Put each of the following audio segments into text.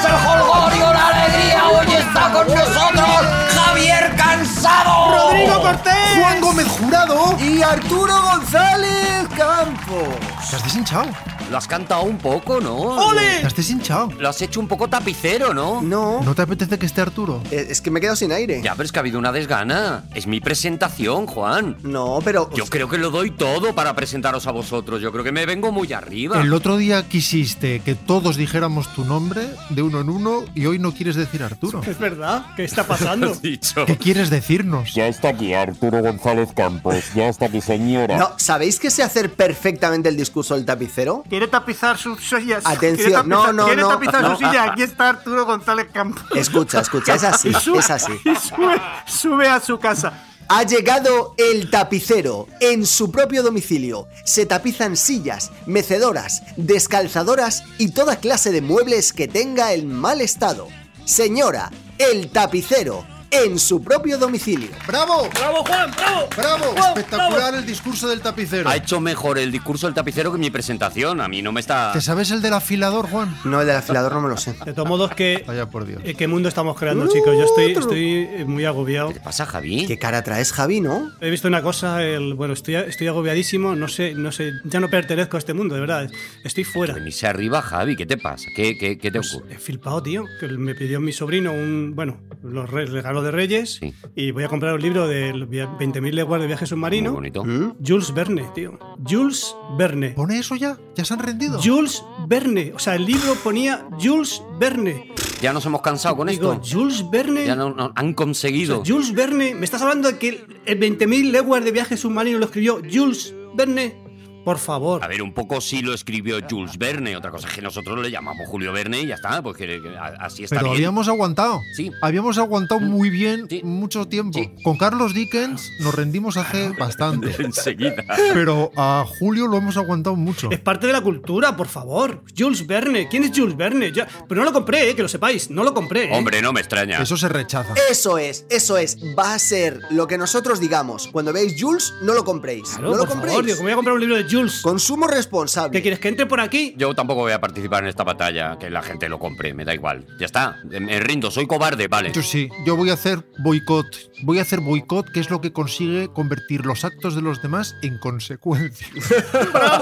Es el jolgorio, la alegría. Hoy está con nosotros Javier Cansado. Rodrigo Cortés. Juan Gómez Jurado. Y Arturo González Campos. Te has deshinchado. Lo has cantado un poco, ¿no? ¡Ole! Te has deshinchado. Lo has hecho un poco tapicero, ¿no? No, ¿No te apetece que esté Arturo? eh, es que me he quedado sin aire. Ya, pero es que ha habido una desgana. Es mi presentación, Juan. No, pero. Yo creo que lo doy todo para presentaros a vosotros. Yo creo que me vengo muy arriba. El otro día quisiste que todos dijéramos tu nombre de uno en uno y hoy no quieres decir Arturo. Es verdad, ¿qué está pasando? Has dicho. ¿Qué quieres decirnos? Ya está aquí Arturo González Campos, ya está aquí señora. No, ¿sabéis que sé hacer perfectamente el discurso del tapicero? Quiere tapizar sus sillas. Atención, quiere tapizar- no, no, Quiere no. tapizar No. ah, su silla. Aquí está Arturo González Campos. Escucha, escucha, es así, Y sube- es así. y sube, sube a su casa. Ha llegado el tapicero en su propio domicilio. Se tapizan sillas, mecedoras, descalzadoras y toda clase de muebles que tenga en mal estado. Señora, el tapicero en su propio domicilio. ¡Bravo! ¡Bravo, Juan! ¡Bravo! ¡Bravo! Espectacular el discurso del tapicero. Ha hecho mejor el discurso del tapicero que mi presentación. A mí no me está. ¿Te sabes el del afilador, Juan? No, el del afilador no me lo sé. De todos modos, ¿qué, Vaya por Dios. eh, qué mundo estamos creando, chicos? Yo estoy, estoy muy agobiado. ¿Qué te pasa, Javi? ¿Qué cara traes, Javi, no? He visto una cosa, el, bueno, estoy, estoy agobiadísimo, no sé, no sé, ya no pertenezco a este mundo, de verdad, estoy fuera. Venirse arriba, Javi. ¿Qué te pasa? ¿Qué, qué, qué te ocurre? He flipado, tío, que me pidió mi sobrino un, bueno, los re- regalos de Reyes Sí. y voy a comprar un libro de los via- 20.000 leguas de viaje Muy submarino. bonito. Jules Verne, tío. Jules Verne. ¿Pone eso ya? ¿Ya se han rendido? Jules Verne. O sea, el libro ponía Jules Verne. Ya nos hemos cansado con Digo, esto. Jules Verne. Ya no, no- han O sea, conseguido. Jules Verne, ¿me estás hablando de que el- el 20.000 leguas de viaje submarino lo escribió Jules Verne? Por favor. A ver, un poco sí lo escribió Jules Verne. Otra cosa es que nosotros le llamamos Julio Verne y ya está. Porque eh, a- así está Pero bien. habíamos aguantado. Sí. Habíamos aguantado muy bien Sí. mucho tiempo. Sí. Con Carlos Dickens nos rendimos hace bastante. Enseguida. Pero a Julio lo hemos aguantado mucho. Es parte de la cultura, por favor. Jules Verne, ¿quién es Jules Verne? Ya- Pero no lo compré, eh, que lo sepáis, no lo compré. eh. Hombre, no me extraña. Eso se rechaza. Eso es, eso es. Va a ser lo que nosotros digamos. Cuando veáis Jules, no lo compréis. Claro, no lo por compréis. favor, digo, ¿cómo voy a comprar un libro de Jules? Consumo ¿Qué responsable. quieres que entre por aquí? Yo tampoco voy a participar en esta batalla, que la gente lo compre, me da igual. Ya está, me rindo, soy cobarde, vale. Yo sí, yo voy a hacer boicot. Voy a hacer boicot, que es lo que consigue convertir los actos de los demás en consecuencias.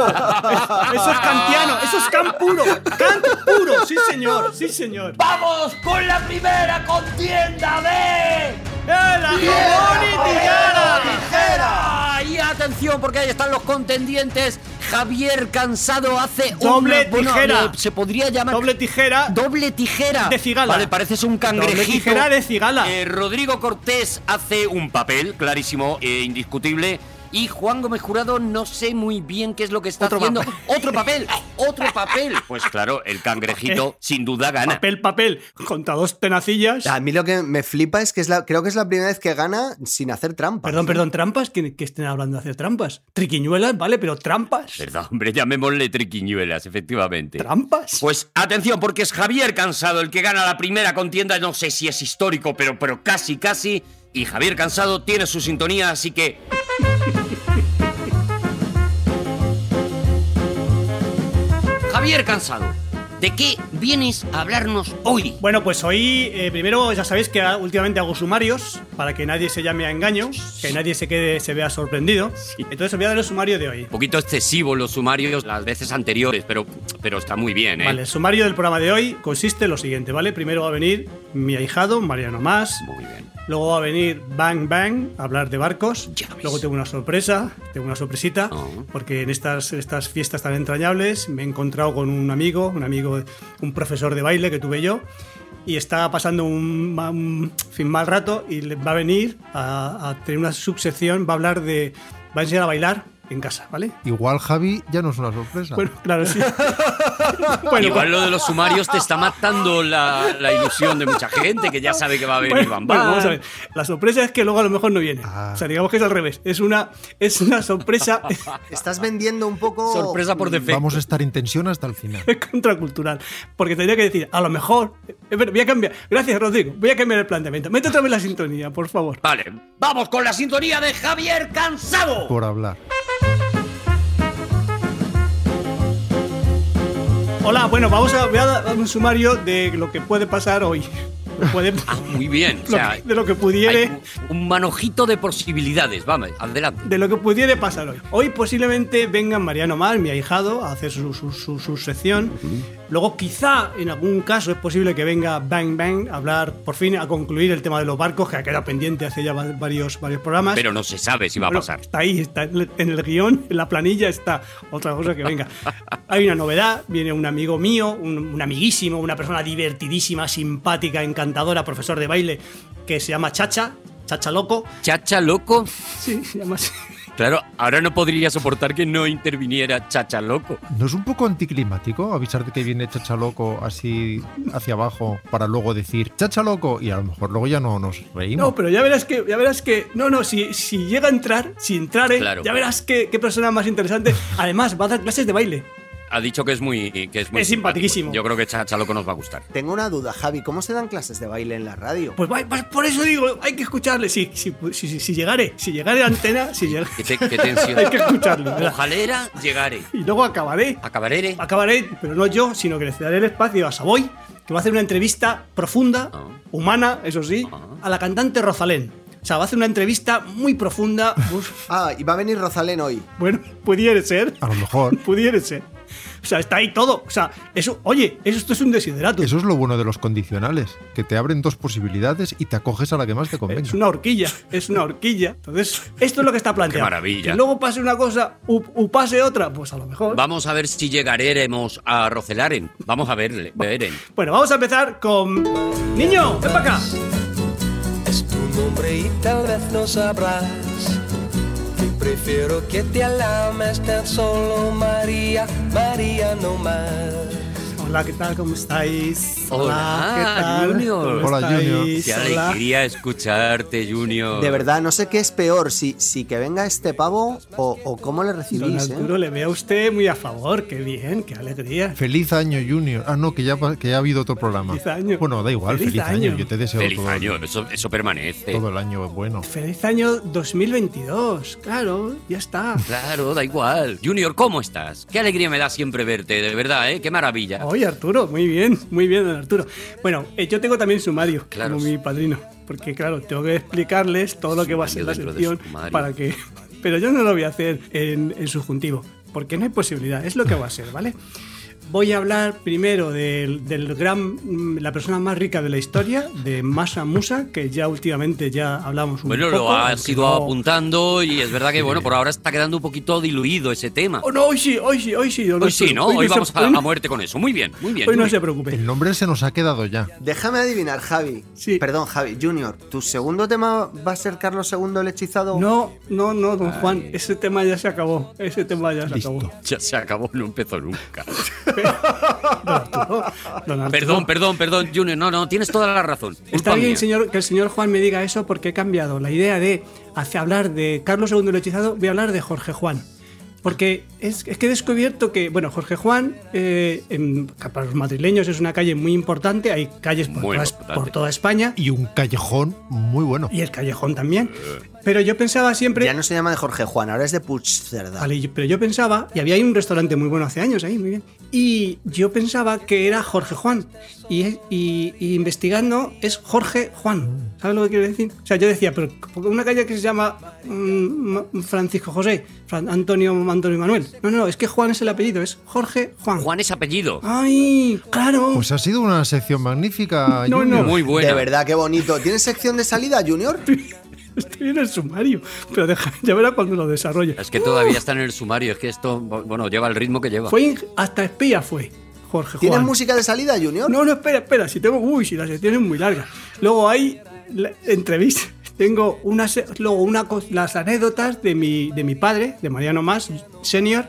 Eso es kantiano, eso es can puro, can puro, sí señor, sí señor. ¡Vamos con la primera contienda de... ¡Ela, Gabón y Tigana! ¡Tijera! Y atención, porque ahí están los contendientes. Javier Cansado hace Doble una- bueno, tijera. le- se podría llamar... Doble tijera, Doble tijera. De cigala. Vale, pareces un cangrejito. Doble tijera de cigala. Eh, Rodrigo Cortés hace un papel clarísimo e indiscutible. Y Juan Gómez Jurado no sé muy bien qué es lo que está haciendo. ¡Otro papel! ¡Otro papel! Pues claro, el cangrejito sin duda gana. papel, papel, contra dos tenacillas. A mí lo que me flipa es que es la, creo que es la primera vez que gana sin hacer trampa. Perdón, perdón, trampas, que, que estén hablando de hacer trampas. Triquiñuelas, ¿vale? Pero trampas. Perdón, hombre, llamémosle triquiñuelas, efectivamente. ¿Trampas? Pues atención, porque es Javier Cansado el que gana la primera contienda. No sé si es histórico, pero, pero casi, casi. Y Javier Cansado tiene su sintonía, así que Javier Cansado, ¿de qué vienes a hablarnos hoy? Bueno, pues hoy, eh, primero, ya sabéis que ah, últimamente hago sumarios para que nadie se llame a engaño, que nadie se quede, se vea sorprendido. Entonces, os voy a dar el sumario de hoy. Un poquito excesivo los sumarios las veces anteriores, pero, pero está muy bien, ¿eh? Vale, el sumario del programa de hoy consiste en lo siguiente, ¿vale? Primero va a venir mi ahijado, Mariano Más. Muy bien. Luego va a venir Bang Bang a hablar de barcos. Ya ves. Luego tengo una sorpresa, tengo una sorpresita, Oh. porque en estas, en estas fiestas tan entrañables me he encontrado con un amigo, un amigo, un profesor de baile que tuve yo, y está pasando un, ma- un, en fin, mal rato y le va a venir a, a tener una subsección, va a hablar de, va a enseñar a bailar en casa, ¿vale? Igual Javi ya no es una sorpresa. Bueno, claro, sí. Ah. Igual lo de los sumarios te está matando la, la ilusión de mucha gente que ya sabe que va a venir Bueno, Van bueno, Van. vamos a ver. La sorpresa es que luego a lo mejor no viene. Ah. O sea, digamos que es al revés. Es una, es una sorpresa Estás vendiendo un poco. Sorpresa por defecto. Vamos a estar en tensión hasta el final. contracultural. Porque tendría que decir, a lo mejor. Espera, voy a cambiar. Gracias, Rodrigo. Voy a cambiar el planteamiento. Mete otra vez la sintonía, por favor. Vale, vamos con la sintonía de Javier Cansado. Por hablar. Hola, bueno, vamos a, voy a dar un sumario de lo que puede pasar hoy. Lo que puede- Ah, muy bien. O lo sea, que- de lo que hay pudiere. un, un manojito de posibilidades. Vamos, adelante. de lo que pudiere pasar hoy. Hoy posiblemente venga Mariano Mal, mi ahijado, a hacer su, su, su- su sección. Luego quizá en algún caso es posible que venga Bang Bang a hablar, por fin, a concluir el tema de los barcos, que ha quedado pendiente hace ya va- varios, varios programas. Pero no se sabe si va a Bueno, pasar. Está ahí, está en en el guión, en la planilla está otra cosa que venga. Hay una novedad, viene un amigo mío, un, un amiguísimo, una persona divertidísima, simpática, encantadora, profesor de baile, que se llama Chacha, Chacha Loco. Chacha loco. Sí, se llama así. Claro, ahora no podría soportar que no interviniera Chacha loco. ¿No es un poco anticlimático avisar de que viene Chacha Loco así hacia abajo para luego decir Chacha Loco y a lo mejor luego ya no nos reímos? No, pero ya verás que, ya verás que, no, no, si, si llega a entrar, si entrare, Claro. ya verás que, qué persona más interesante. Además, va a dar clases de baile. Ha dicho que es muy, que es muy Es simpaticísimo. Yo creo que Chacha loco nos va a gustar. Tengo una duda, Javi. ¿Cómo se dan clases de baile en la radio? Pues va- va- por eso digo, hay que escucharle. Si, si, si, si- si llegare, si llegare a antena, si llegare, Qué, te- qué tensión. hay que escucharle. ¿verdad? Ojalá era, llegaré. Y luego acabaré, Acabaré. acabaré, pero no yo, sino que le daré el espacio a Savoy, que va a hacer una entrevista profunda, Ah. humana, eso sí, a la cantante Rosalén. O sea, va a hacer una entrevista muy profunda. Uf, Ah, y va a venir Rosalén hoy. bueno, pudiera ser. A lo mejor. Pudiera ser. O sea, está ahí todo. O sea, eso, oye, eso, esto es un desiderato. Eso es lo bueno de los condicionales, que te abren dos posibilidades y te acoges a la que más te convenga. Es una horquilla, es una horquilla. Entonces, esto es lo que está planteado. Qué maravilla. Que luego pase una cosa u, u pase otra, pues a lo mejor. Vamos a ver si llegaremos a Rocelaren. Vamos a verle, veren. Bueno, vamos a empezar con. ¡Niño! ¡Ven para acá! Es tu nombre y tal vez no sabrás que prefiero que te alames tan solo María, María no más. Hola, ¿qué tal? ¿Cómo estáis? Hola, Junior. ¿Cómo Hola, estáis? Qué Hola. alegría escucharte, Junior. De verdad, no sé qué es peor, si, si que venga este pavo o, o cómo le Don recibís, Arturo, ¿eh? le veo a usted muy a favor. Qué bien, qué alegría. Feliz año, Junior. Ah, no, que ya, pa- que ya ha habido otro programa. Feliz año. Bueno, da igual, Feliz feliz, año. año. Yo te deseo Feliz todo, año, eso, eso permanece. todo el año bueno. Feliz año 2022. Claro, ya está. Claro, da igual. Junior, ¿cómo estás? Qué alegría me da siempre verte, de verdad, ¿eh? Qué maravilla. Oye, Arturo, muy bien, muy bien, don Arturo. Bueno, eh, yo tengo también sumario Claro. como mi padrino, porque claro, tengo que explicarles todo lo que va a ser la Sumario dentro de sección sumario. para que... Pero yo no lo voy a hacer en, en subjuntivo, porque no hay posibilidad, es lo que va a ser, ¿vale? Voy a hablar primero del, del gran, mm, la persona más rica de la historia, de Masa Musa, que ya últimamente ya hablamos un Bueno, poco. lo has aunque ido no- apuntando y es verdad que, bueno, por ahora está quedando un poquito diluido ese tema. Oh, no, hoy sí, hoy sí, hoy sí. don Hoy sí, Arturo. ¿no? Hoy se- vamos a, hoy no- a muerte con eso. Muy bien, muy bien. Hoy no Junior. se preocupe. El nombre se nos ha quedado ya. Déjame adivinar, Javi. Sí. Perdón, Javi, Junior, ¿tu segundo tema va a ser Carlos II el hechizado? No, no, no, don Juan, ese tema ya se acabó. Ese tema ya se acabó. Listo. Ya se acabó, no empezó nunca. Don Arturo. perdón, perdón, perdón, Junior. No, no, tienes toda la razón. Está Culpa bien mía. señor, que el señor Juan me diga eso porque he cambiado la idea de hacia hablar de Carlos II el hechizado, voy a hablar de Jorge Juan. Porque es, es que he descubierto que, bueno, Jorge Juan, eh, en- para los madrileños es una calle muy importante, hay calles por, Muy toda- importante. por toda España Y un callejón muy bueno. y el callejón también. Pero yo pensaba siempre... Ya no se llama de Jorge Juan, ahora es de Puigcerdá. Vale, yo- pero yo pensaba, y había ahí un restaurante muy bueno hace años ahí, muy bien. Y yo pensaba que era Jorge Juan. Y, es- y- y investigando es Jorge Juan. ¿Sabes lo que quiero decir? O sea, yo decía, pero ¿por qué una calle que se llama mm, Ma- Francisco José, Fran- Antonio, Antonio Manuel. No, no, no, es que Juan es el apellido, es Jorge Juan. Juan es apellido. ¡Ay! ¡Claro! Pues ha sido una sección magnífica, No, Ah, no. Junior. Muy De buena. verdad, qué bonito. ¿Tienes sección de salida, Junior? Estoy en el sumario. Pero deja, ya verá cuando lo desarrolle. Es que todavía está en el sumario. Es que esto, bueno, lleva el ritmo que lleva. Fue in- hasta espía fue Jorge Juan. ¿Tienes música de salida, Junior? No, no, espera, espera. Si tengo. Uy, si la sección es muy larga. Luego hay la- entrevistas. Tengo unas, luego una, co- las anécdotas de mi, de mi padre, de Mariano Más, senior,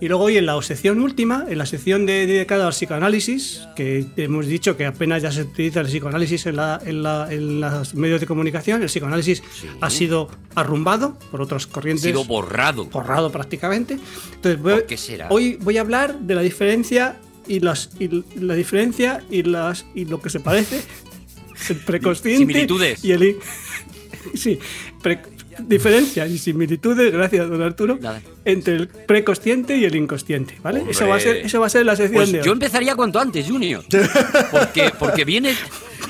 Y luego hoy en la sección última, en la sección de- dedicada al psicoanálisis, que hemos dicho que apenas ya se utiliza el psicoanálisis en, la- en la- en los medios de comunicación, el psicoanálisis ha sido arrumbado por otras Ha corrientes. sido borrado. borrado prácticamente. Entonces, voy- ¿Por qué será? hoy voy a hablar de la diferencia y las y la diferencia y las y lo que se parece el preconsciente Similitudes. y el in- sí, pre- diferencias y similitudes, gracias don Arturo, Nada. entre el preconsciente y el inconsciente, ¿vale? Hombre. Eso va a ser eso va a ser la sección Pues de hoy. yo empezaría cuanto antes, Junior. Porque, porque viene,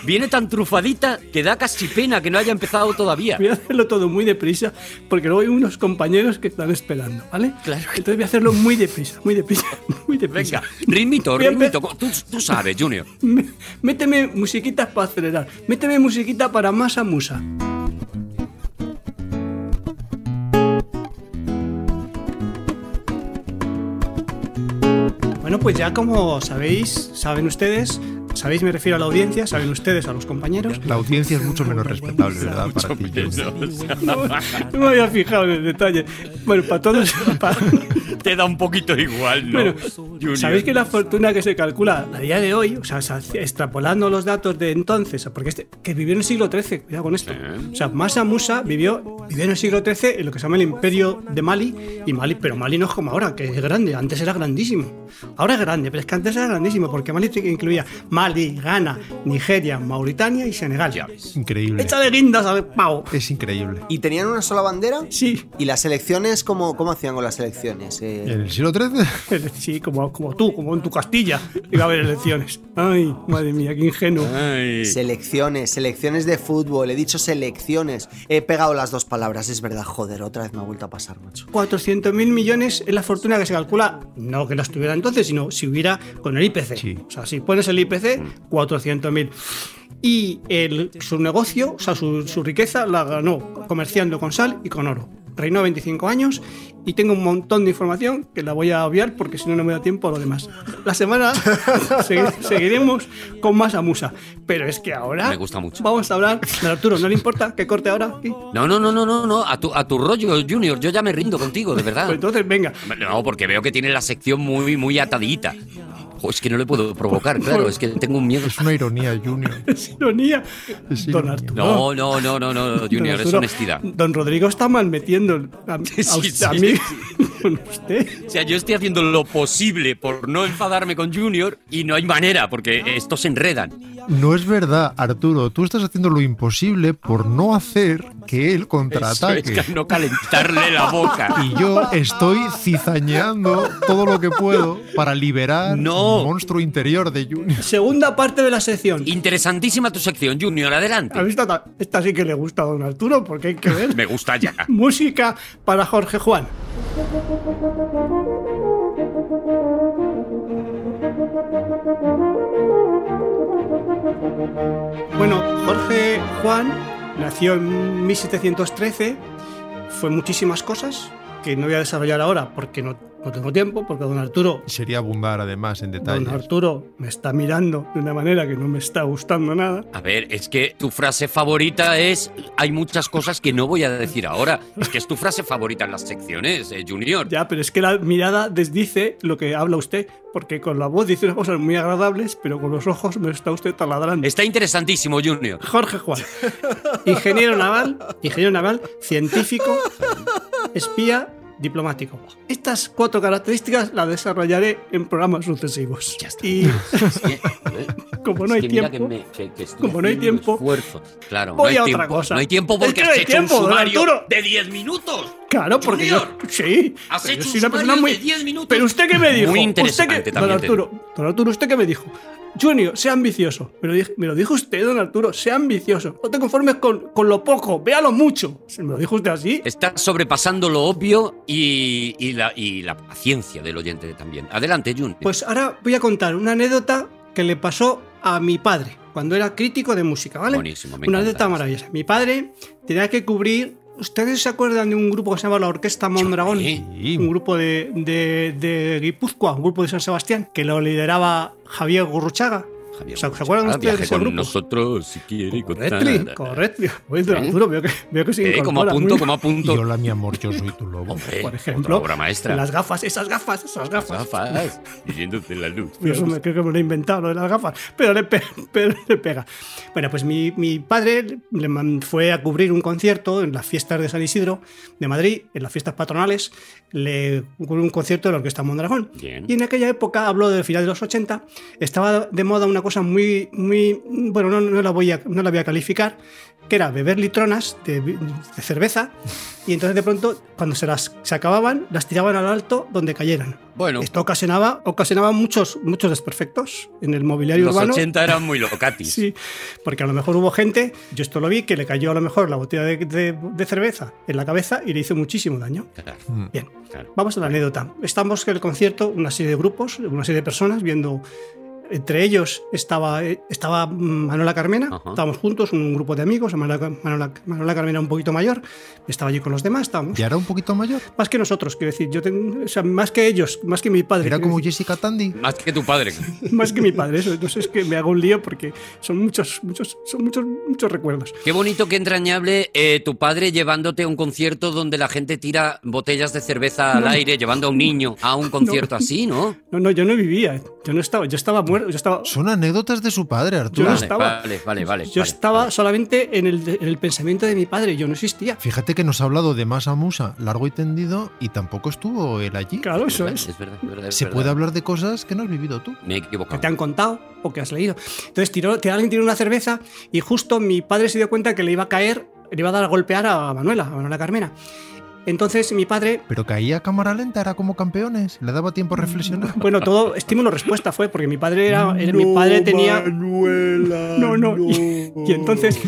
viene tan trufadita que da casi pena que no haya empezado todavía. Voy a hacerlo todo muy deprisa porque luego hay unos compañeros que están esperando, ¿vale? Claro. Entonces voy a hacerlo muy deprisa, muy deprisa, muy deprisa. Venga, ritmito, Voy a empe- ritmito. Tú, tú sabes, Junior. Me- Méteme musiquitas para acelerar. Méteme musiquita para masa musa. Bueno, pues ya como sabéis, saben ustedes, sabéis me refiero a la audiencia, saben ustedes a los compañeros. La audiencia es mucho menos respetable, ¿verdad? Para ti, Junior? No, no me había fijado en el detalle. Bueno, para todos, para- Te da un poquito igual, Bueno, sabéis que la fortuna que se calcula a día de hoy, o sea, se hace- extrapolando los datos de entonces, porque este, que vivió en el siglo XIII, cuidado con esto. O sea, Masa Musa vivió, vivió en el siglo XIII en lo que se llama el imperio de Mali, y Mali, pero Mali no es como ahora, que es grande, antes era grandísimo. Ahora es grande, pero es que antes era grandísimo, porque Mali te- incluía Mali, Ghana, Nigeria, Mauritania y Senegal. Increíble. Échale guindas al pavo. Es increíble. ¿Y tenían una sola bandera? Sí, ¿Y las elecciones cómo, cómo hacían con las elecciones? Eh, En el siglo XIII, sí, como, como tú, como en tu Castilla, iba a haber elecciones. Ay, madre mía, qué ingenuo. Selecciones, selecciones de fútbol, he dicho selecciones. He pegado las dos palabras, es verdad, joder, otra vez me ha vuelto a pasar, macho. 400.000 millones es la fortuna que se calcula, no que la estuviera entonces, sino si hubiera con el IPC. Sí. O sea, si pones el Mm. IPC, 400.000. Y el- su negocio, o sea, su, su riqueza la ganó comerciando con sal y con oro. Reinó 25 años y tengo un montón de información que la voy a obviar porque si no, no me da tiempo a lo demás. La semana segui- seguiremos con más amusa. Pero es que ahora. Me gusta mucho. Vamos a hablar. Don Arturo, ¿no le importa que corte ahora? aquí? No, no, no, no, no, no. A tu, a tu rollo, Junior. Yo ya me rindo contigo, de verdad. Pues entonces, venga. No, porque veo que tiene la sección muy, muy atadita. Jo, es que no le puedo provocar, Pues claro. Es que tengo un miedo. es una ironía, Junior. Es ironía. Es Don ironía. Arturo. No, no, no, no, no, Don Junior, es Arturo, honestidad. Don Rodrigo está mal metiendo a, a sí, usted- sí, a sí. mí con usted. O sea, yo estoy haciendo lo posible por no enfadarme con Junior y no hay manera, porque estos se enredan. No es verdad, Arturo. Tú estás haciendo lo imposible por no hacer que él Eso es contraataque. que no calentarle la boca. Y yo estoy cizañeando todo lo que puedo para liberar No. el monstruo interior de Junior. Segunda parte de la sección. Interesantísima tu sección, Junior, A adelante. ver, esta, esta sí que le gusta a don Arturo porque hay que ver. Me gusta ya. Música para Jorge Juan. Bueno, Jorge Juan nació en 1713, fue muchísimas cosas que no voy a desarrollar ahora porque no, no tengo tiempo, porque don Arturo, Sería abundar además en don detalles. Arturo me está mirando de una manera que no me está gustando nada. A ver, es que tu frase favorita es hay muchas cosas que no voy a decir ahora. Es que es tu frase favorita en las secciones, eh, Junior. Ya, pero es que la mirada desdice lo que habla usted, porque con la voz dice unas cosas muy agradables, pero con los ojos me está usted taladrando. Está interesantísimo, Junior. Jorge Juan, ingeniero naval, ingeniero naval, científico, espía, diplomático. Estas cuatro características las desarrollaré en programas sucesivos. Ya está. Y Es que, eh, como no es hay que mira tiempo, que me- que- que estoy como no hay haciendo tiempo, esfuerzo. Claro, voy no a hay otra tiempo. cosa. No hay tiempo porque Es que no has hay hecho un tiempo, don sumario Arturo. de 10 minutos. Claro, porque yo. Junior, Sí. has pero yo hecho soy un una persona sumario muy. de 10 minutos. Pero usted qué me dijo. Muy interesante usted qué- Don también te Arturo, don Arturo, ¿usted qué me dijo? Junior, sea ambicioso. Me lo, dije- me lo dijo usted, don Arturo, sea ambicioso. No te conformes con, con lo poco, véalo mucho. Se me lo dijo usted así. Estás sobrepasando lo obvio y, y la, y la paciencia del oyente también. Adelante, Junior. Pues ahora voy a contar una anécdota que le pasó a mi padre cuando era crítico de música, ¿vale? Buenísimo, me Una encanta. anécdota maravillosa. Mi padre tenía que cubrir. ¿Ustedes se acuerdan de un grupo que se llama la Orquesta Mondragón? Sí. Un grupo de, de- de Guipúzcoa, un grupo de San Sebastián, que lo lideraba Javier Gurruchaga. Javier. ¿Se acuerdan Ah, ustedes de viaje ese con grupo? nosotros si quiere Correcto, contar. correcto. Voy de Arturo, veo que, veo que se Eh, como incorpora apunto, muy- como apunto. Y hola, mi amor, yo soy tu lobo. Hombre, Por ejemplo, otra obra maestra. las gafas, esas gafas, esas gafas. gafas. Yéndote la luz. Yo eso me- creo que me lo he inventado, lo de las gafas, pero le, pe- pero le pega. Bueno, pues mi, mi padre le man- fue a cubrir un concierto en las fiestas de San Isidro de Madrid, en las fiestas patronales, le cubrió un concierto de la Orquesta Mondragón. Bien. Y en aquella época, hablo del final de los 80, estaba de moda una cosa muy, muy bueno, no, no la voy a, no la voy a calificar, que era beber litronas de, vi- de cerveza y entonces de pronto, cuando se las se acababan, las tiraban al alto donde cayeran. Bueno, Esto ocasionaba, ocasionaba muchos, muchos desperfectos en el mobiliario los urbano. 80 eran muy locatis. Sí, porque a lo mejor hubo gente, yo esto lo vi, que le cayó a lo mejor la botella de, de- de cerveza en la cabeza y le hizo muchísimo daño. Claro, Bien, claro. vamos a la anécdota. Estamos en el concierto, una serie de grupos, una serie de personas viendo. Entre ellos estaba, eh, estaba Manuela Carmena, Ajá. estábamos juntos, un grupo de amigos, Manuela, Manuela, Manuela Carmena un poquito mayor, estaba allí con los demás, estábamos. ¿Y ahora un poquito mayor? Más que nosotros, quiero decir, yo tengo, o sea, más que ellos, más que mi padre. Era quiero como decir. Jessica Tandy. Más que tu padre. más que mi padre. Eso, entonces es que me hago un lío porque son muchos, muchos, son muchos, muchos recuerdos. Qué bonito, qué entrañable eh, tu padre llevándote a un concierto donde la gente tira botellas de cerveza al aire, llevando a un niño a un concierto así, ¿no? No, no, yo no vivía, yo no estaba, yo estaba muerto, yo estaba, Son anécdotas de su padre, Arturo. no vale, estaba. vale, vale, vale. yo vale, estaba vale. solamente en el, en el pensamiento de mi padre, yo no existía. Fíjate que nos ha hablado de Masa Musa largo y tendido y tampoco estuvo él allí. Claro, eso verdad, es. Es verdad, es verdad, es Se verdad. puede hablar de cosas que no has vivido tú. Me he que equivocado. te han contado o que has leído. Entonces tiró, te- alguien tiró una cerveza y justo mi padre se dio cuenta que le iba a caer, le iba a dar a golpear a Manuela, a Manuela Carmena. Entonces mi padre Pero caía a cámara lenta, era como campeones. Le daba tiempo a reflexionar. Bueno, todo estímulo respuesta fue porque mi padre era, era- mi padre tenía No, no. Y, y entonces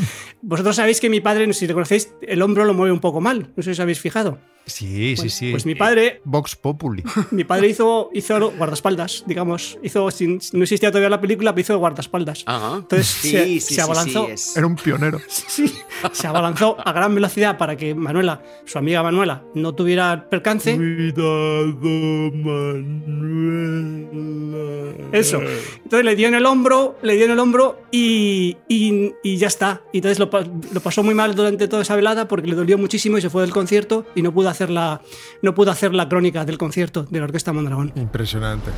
vosotros sabéis que mi padre, si reconocéis, el hombro lo mueve un poco mal, no sé si os habéis fijado. Sí, sí, Bueno, sí. Pues mi padre, Vox Populi. mi padre hizo hizo lo- guardaespaldas, digamos, hizo sin- no existía todavía la película, pero hizo de guardaespaldas. Ajá. Entonces Sí, se, sí, se sí, sí, abalanzó es. Era un pionero. Sí, se abalanzó a gran velocidad para que Manuela, su amiga Manuela, no tuviera percance. Eso. Entonces le dio en el hombro, le dio en el hombro y, y- y ya está. Y entonces lo, pa- lo pasó muy mal durante toda esa velada porque le dolió muchísimo y se fue del concierto y no pudo hacer la, no pudo hacer la crónica del concierto de la Orquesta Mondragón. Impresionante.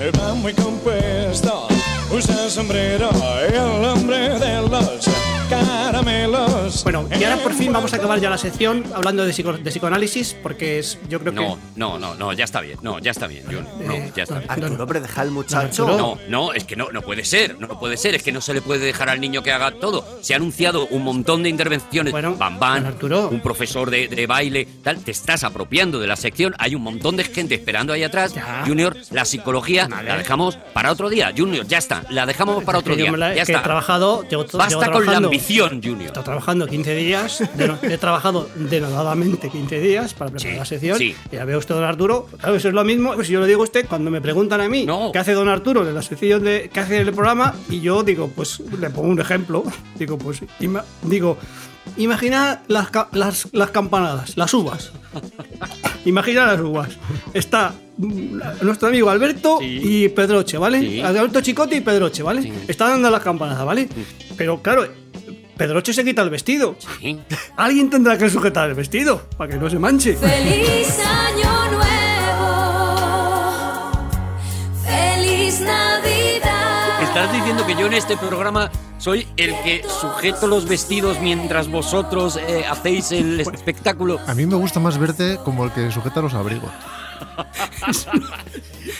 El va muy compuesto, usa sombrero, el hombre de los caramelos. Bueno, y ahora por fin vamos a acabar ya la sección hablando de, psico- de psicoanálisis porque es, yo creo que... No, no, no, no, ya está bien. No, ya está bien. Yo, no, Eh, ya está bien. Arturo, pero deja al muchacho. Arturo. No, no, es que no, no puede ser, no puede ser, es que no se le puede dejar al niño que haga todo. Se ha anunciado un montón de intervenciones, Bueno, bam bam, bueno, Arturo. un profesor de, de baile, tal, te estás apropiando de la sección, hay un montón de gente esperando ahí atrás. Ya. Junior, la psicología la dejamos para otro día, Junior, ya está, la dejamos para otro que yo día, me la- ya que he está. trabajado, llevo to- llevo Basta con la trabajando- ambición, He Junior. estado trabajando 15 días, de- he trabajado denodadamente 15 días para preparar Sí, la sección. sí. Ya veo usted, don Arturo. Claro, eso es lo mismo. que Si yo lo digo a usted, cuando me preguntan a mí No. qué hace don Arturo en la sección de, qué hace en el programa, y yo digo, pues le pongo un ejemplo. Digo, pues, ima- digo, imagina las, ca- las, las campanadas, las uvas. Imagina las uvas. Está mm, nuestro amigo Alberto y Pedroche, ¿vale? Sí. Alberto Chicote y Pedroche, ¿vale? Están dando las campanadas, ¿vale? Pero claro, Pedroche se quita el vestido. Sí. Alguien tendrá que sujetar el vestido para que no se manche. Feliz año nuevo. Feliz Navidad. Estás diciendo que yo en este programa soy el que sujeto los vestidos mientras vosotros eh, hacéis el espectáculo, A mí me gusta más verte como el que sujeta los abrigos.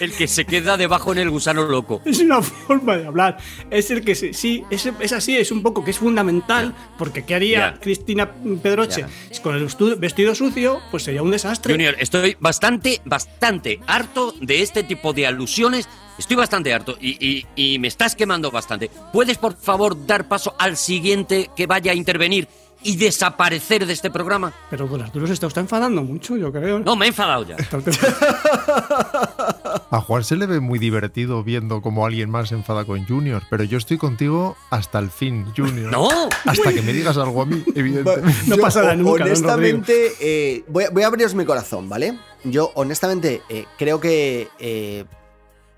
el que se queda debajo en el gusano loco. Es una forma de hablar. Es el que se- sí, es, es así, es un poco que es fundamental, porque ¿qué haría Ya. Cristina Pedroche? Con el estu- vestido sucio, pues sería un desastre. Junior, estoy bastante, bastante harto de este tipo de alusiones. Estoy bastante harto y, y- y me estás quemando bastante. ¿Puedes, por favor, dar paso al siguiente que vaya a intervenir y desaparecer de este programa? Pero don Arturo se está usted enfadando mucho, yo creo. No, me he enfadado ya. A Juan se le ve muy divertido viendo como alguien más se enfada con Junior, pero yo estoy contigo hasta el fin, Junior. ¡No! Hasta que me digas algo a mí, evidentemente. No Yo, pasa nada ho- nunca, don Honestamente, eh, voy, a- voy a abriros mi corazón, ¿vale? Yo, honestamente, eh, creo que. eh,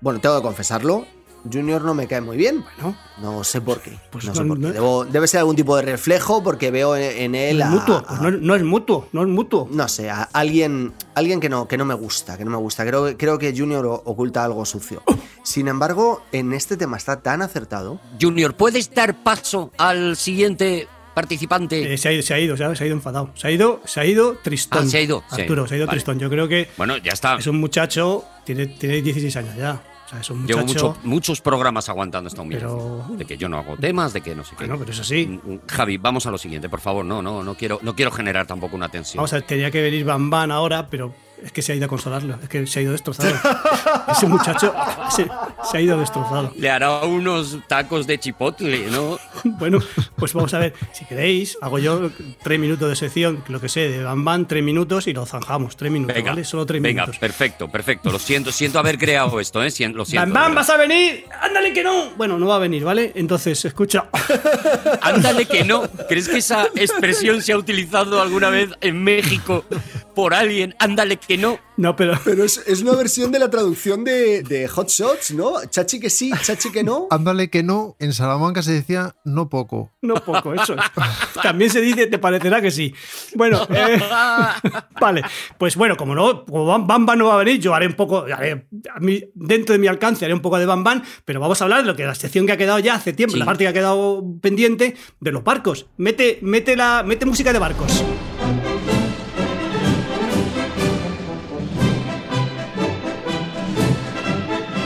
bueno, tengo que confesarlo. Junior no me cae muy bien. Bueno. No sé por qué. Pues no no- sé por qué. no- Debo- debe ser algún tipo de reflejo porque veo en, en él No a- es mutuo, a- pues no, no es mutuo, no es mutuo. no sé, a alguien, alguien que, no, que no me gusta, que no me gusta. Creo, creo que Junior o- oculta algo sucio. Sin embargo, en este tema está tan acertado. Junior, ¿puedes dar paso al siguiente participante? Eh, se, ha, ido- se ha ido, ¿sabes? Se ha ido enfadado. Se ha ido, se ha ido tristón. Ah, se ha ido, sí. Arturo, se ha ido Vale. tristón. Yo creo que Bueno, ah. ya está. es un muchacho, tiene, tiene 16 años ya. O sea, es un Llevo muchacho. mucho- muchos programas aguantando esta humillación. Pero- Ah, De que yo no hago temas, de que no sé qué. Bueno, pero eso sí. Mm, mm, Javi, vamos a lo siguiente, por favor. No, no, no quiero, no quiero generar tampoco una tensión. Vamos a ver, tenía que venir Van Van ahora, pero es que se ha ido a consolarlo. Es que se ha ido destrozado. Ese muchacho se, se ha ido destrozado. Le hará unos tacos de chipotle, ¿no? Bueno, pues vamos a ver. Si queréis, hago yo tres minutos de sección, lo que sé, de Van Van, tres minutos y lo zanjamos. Tres minutos, Venga, ¿vale? Solo tres venga, minutos. perfecto, perfecto. Lo siento, siento haber creado esto, ¿eh? Sien- Lo siento. Van Van, vas a venir. Ándale que no. Bueno, no va a venir, ¿vale? Entonces, escucha. Ándale que no. ¿Crees que esa expresión se ha utilizado alguna vez en México por alguien? Ándale que no. No, pero Pero es, es una versión de la traducción de, de Hot Shots, ¿no? Chachi que sí, chachi que no. Ándale que no, en Salamanca se decía no poco. no poco eso. También se dice, te parecerá que sí. Bueno, eh, vale. Pues bueno, como no, como Bam Bam Bam no va a venir, yo haré un poco, haré a mí- dentro de mi alcance haré un poco de Bam Bam, pero vamos a hablar de lo que la sección que ha quedado ya hace tiempo, Sí. la parte que ha quedado pendiente de los barcos. Mete, mete la, mete música de barcos.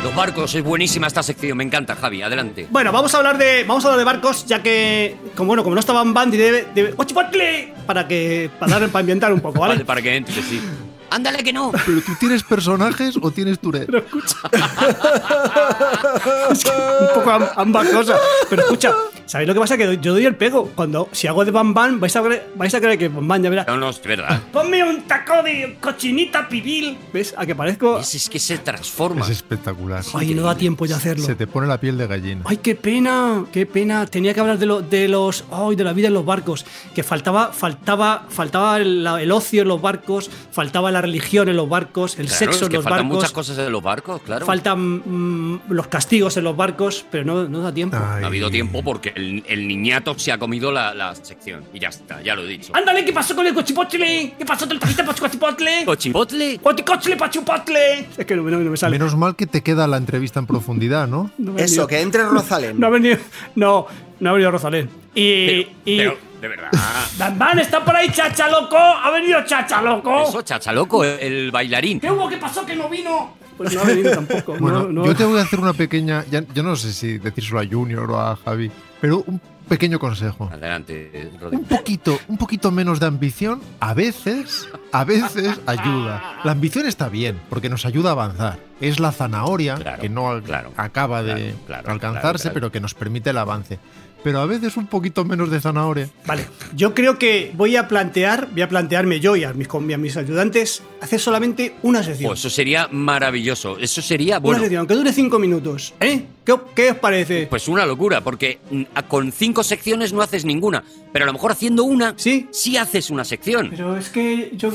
Los barcos, es buenísima esta sección. Me encanta, Javi. Adelante. Bueno, vamos a hablar de vamos a hablar de barcos, ya que como bueno, como no estaban Bandy debe debe ¡Oh, chipotle! para que para dar para ambientar un poco, ¿vale? Vale, para que entre, sí. Ándale que no. Pero tú tienes personajes o tienes Tourette. un poco am- ambas cosas. Pero escucha, ¿sabéis lo que pasa? Que doy- yo doy el pego. Cuando si hago de Bam Bam, vais a creer, vais a creer que Bam Bam ya verá. No, no, es verdad. Ponme un taco de cochinita pibil. ¿Ves? A que parezco. Es, es que se transforma. Es espectacular. Ay, no da tiempo ya hacerlo. Se te pone la piel de gallina. Ay, qué pena, qué pena. Tenía que hablar de, lo- de los, ay, de la vida en los barcos, que faltaba, faltaba, faltaba el, la- el ocio en los barcos, faltaba la religión en los barcos, el Claro, sexo es en que los faltan muchas barcos, cosas en los barcos, claro. faltan mm, los castigos en los barcos, pero no, no da tiempo. Ay. No ha habido tiempo porque el, el niñato se ha comido la, la sección. Y ya está, ya lo he dicho. Ándale, ¿qué pasó con el cochipotle? ¿Qué pasó con el tapita para cochipotle? ¿Cochipotle? ¡Cochipotle para chupotle! Es que no, no- no me sale. Menos mal que te queda la entrevista en profundidad, ¿no? No me ha Eso, venido. que entre Rosalén. No ha venido. No, no ha venido Rosalén. Y. Pero, y pero, de verdad. Dan Van, está por ahí, chacha loco. Ha venido chacha loco. Eso, chachaloco, el bailarín. ¿Qué hubo? ¿Qué pasó? ¿Que no vino? Pues no ha venido tampoco. Bueno, no, no. yo te voy a hacer una pequeña. Ya, yo no sé si decírselo a Junior o a Javi, pero un pequeño consejo. Adelante, Rodrigo. Un poquito, un poquito menos de ambición, a veces, a veces ayuda. La ambición está bien, porque nos ayuda a avanzar. Es la zanahoria Claro, que no al- claro, acaba de claro, claro, alcanzarse, claro, claro. pero que nos permite el avance. Pero a veces un poquito menos de zanahoria. Vale, yo creo que voy a plantear, voy a plantearme yo y a mis, com- y a mis ayudantes hacer solamente una sección. Oh, Pues, eso sería maravilloso. Eso sería, una bueno, sección, aunque dure cinco minutos. ¿Eh? ¿Qué, o- qué os parece? pues una locura, porque mm, a- con cinco secciones no haces ninguna. Pero a lo mejor haciendo una, ¿Sí? sí haces una sección. Pero es que yo.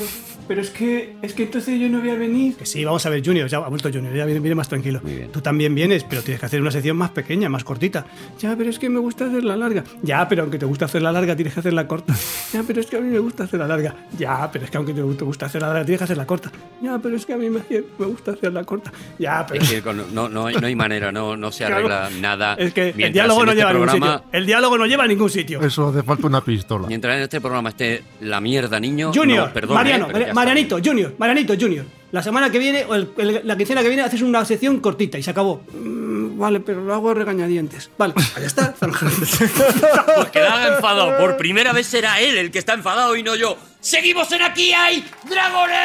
Pero es que. Es que entonces yo no voy a venir. Que sí, vamos a ver, Junior. Ya ha vuelto Junior. Ya viene, viene más tranquilo. Muy bien. Tú también vienes, pero tienes que hacer una sección más pequeña, más cortita. Ya, pero es que me gusta hacer la larga. Ya, pero aunque te gusta hacer la larga, tienes que hacerla corta. Ya, pero es que a mí me gusta hacer la larga. Ya, pero es que aunque te gu- te gusta hacer la larga, tienes que hacerla corta. Ya, pero es que a mí me, me gusta hacerla corta. Ya, pero. Es que con- no, no, no hay manera, no, no se arregla nada. Es que el Mientras diálogo en no este lleva a ningún programa- sitio. El diálogo no lleva a ningún sitio. Eso hace falta una pistola. Mientras en este programa esté la mierda, niño. Junior, no, perdón, Mariano, eh, pero ya está. Marianito, Junior, Marianito, Junior. La semana que viene, o el- el- la quincena que viene, haces una sección cortita y se acabó. Mm, vale, pero lo hago a regañadientes. Vale, allá está. Pues que la haga enfadado. Por primera vez será él el que está enfadado y no yo. ¡Seguimos en aquí hay dragones!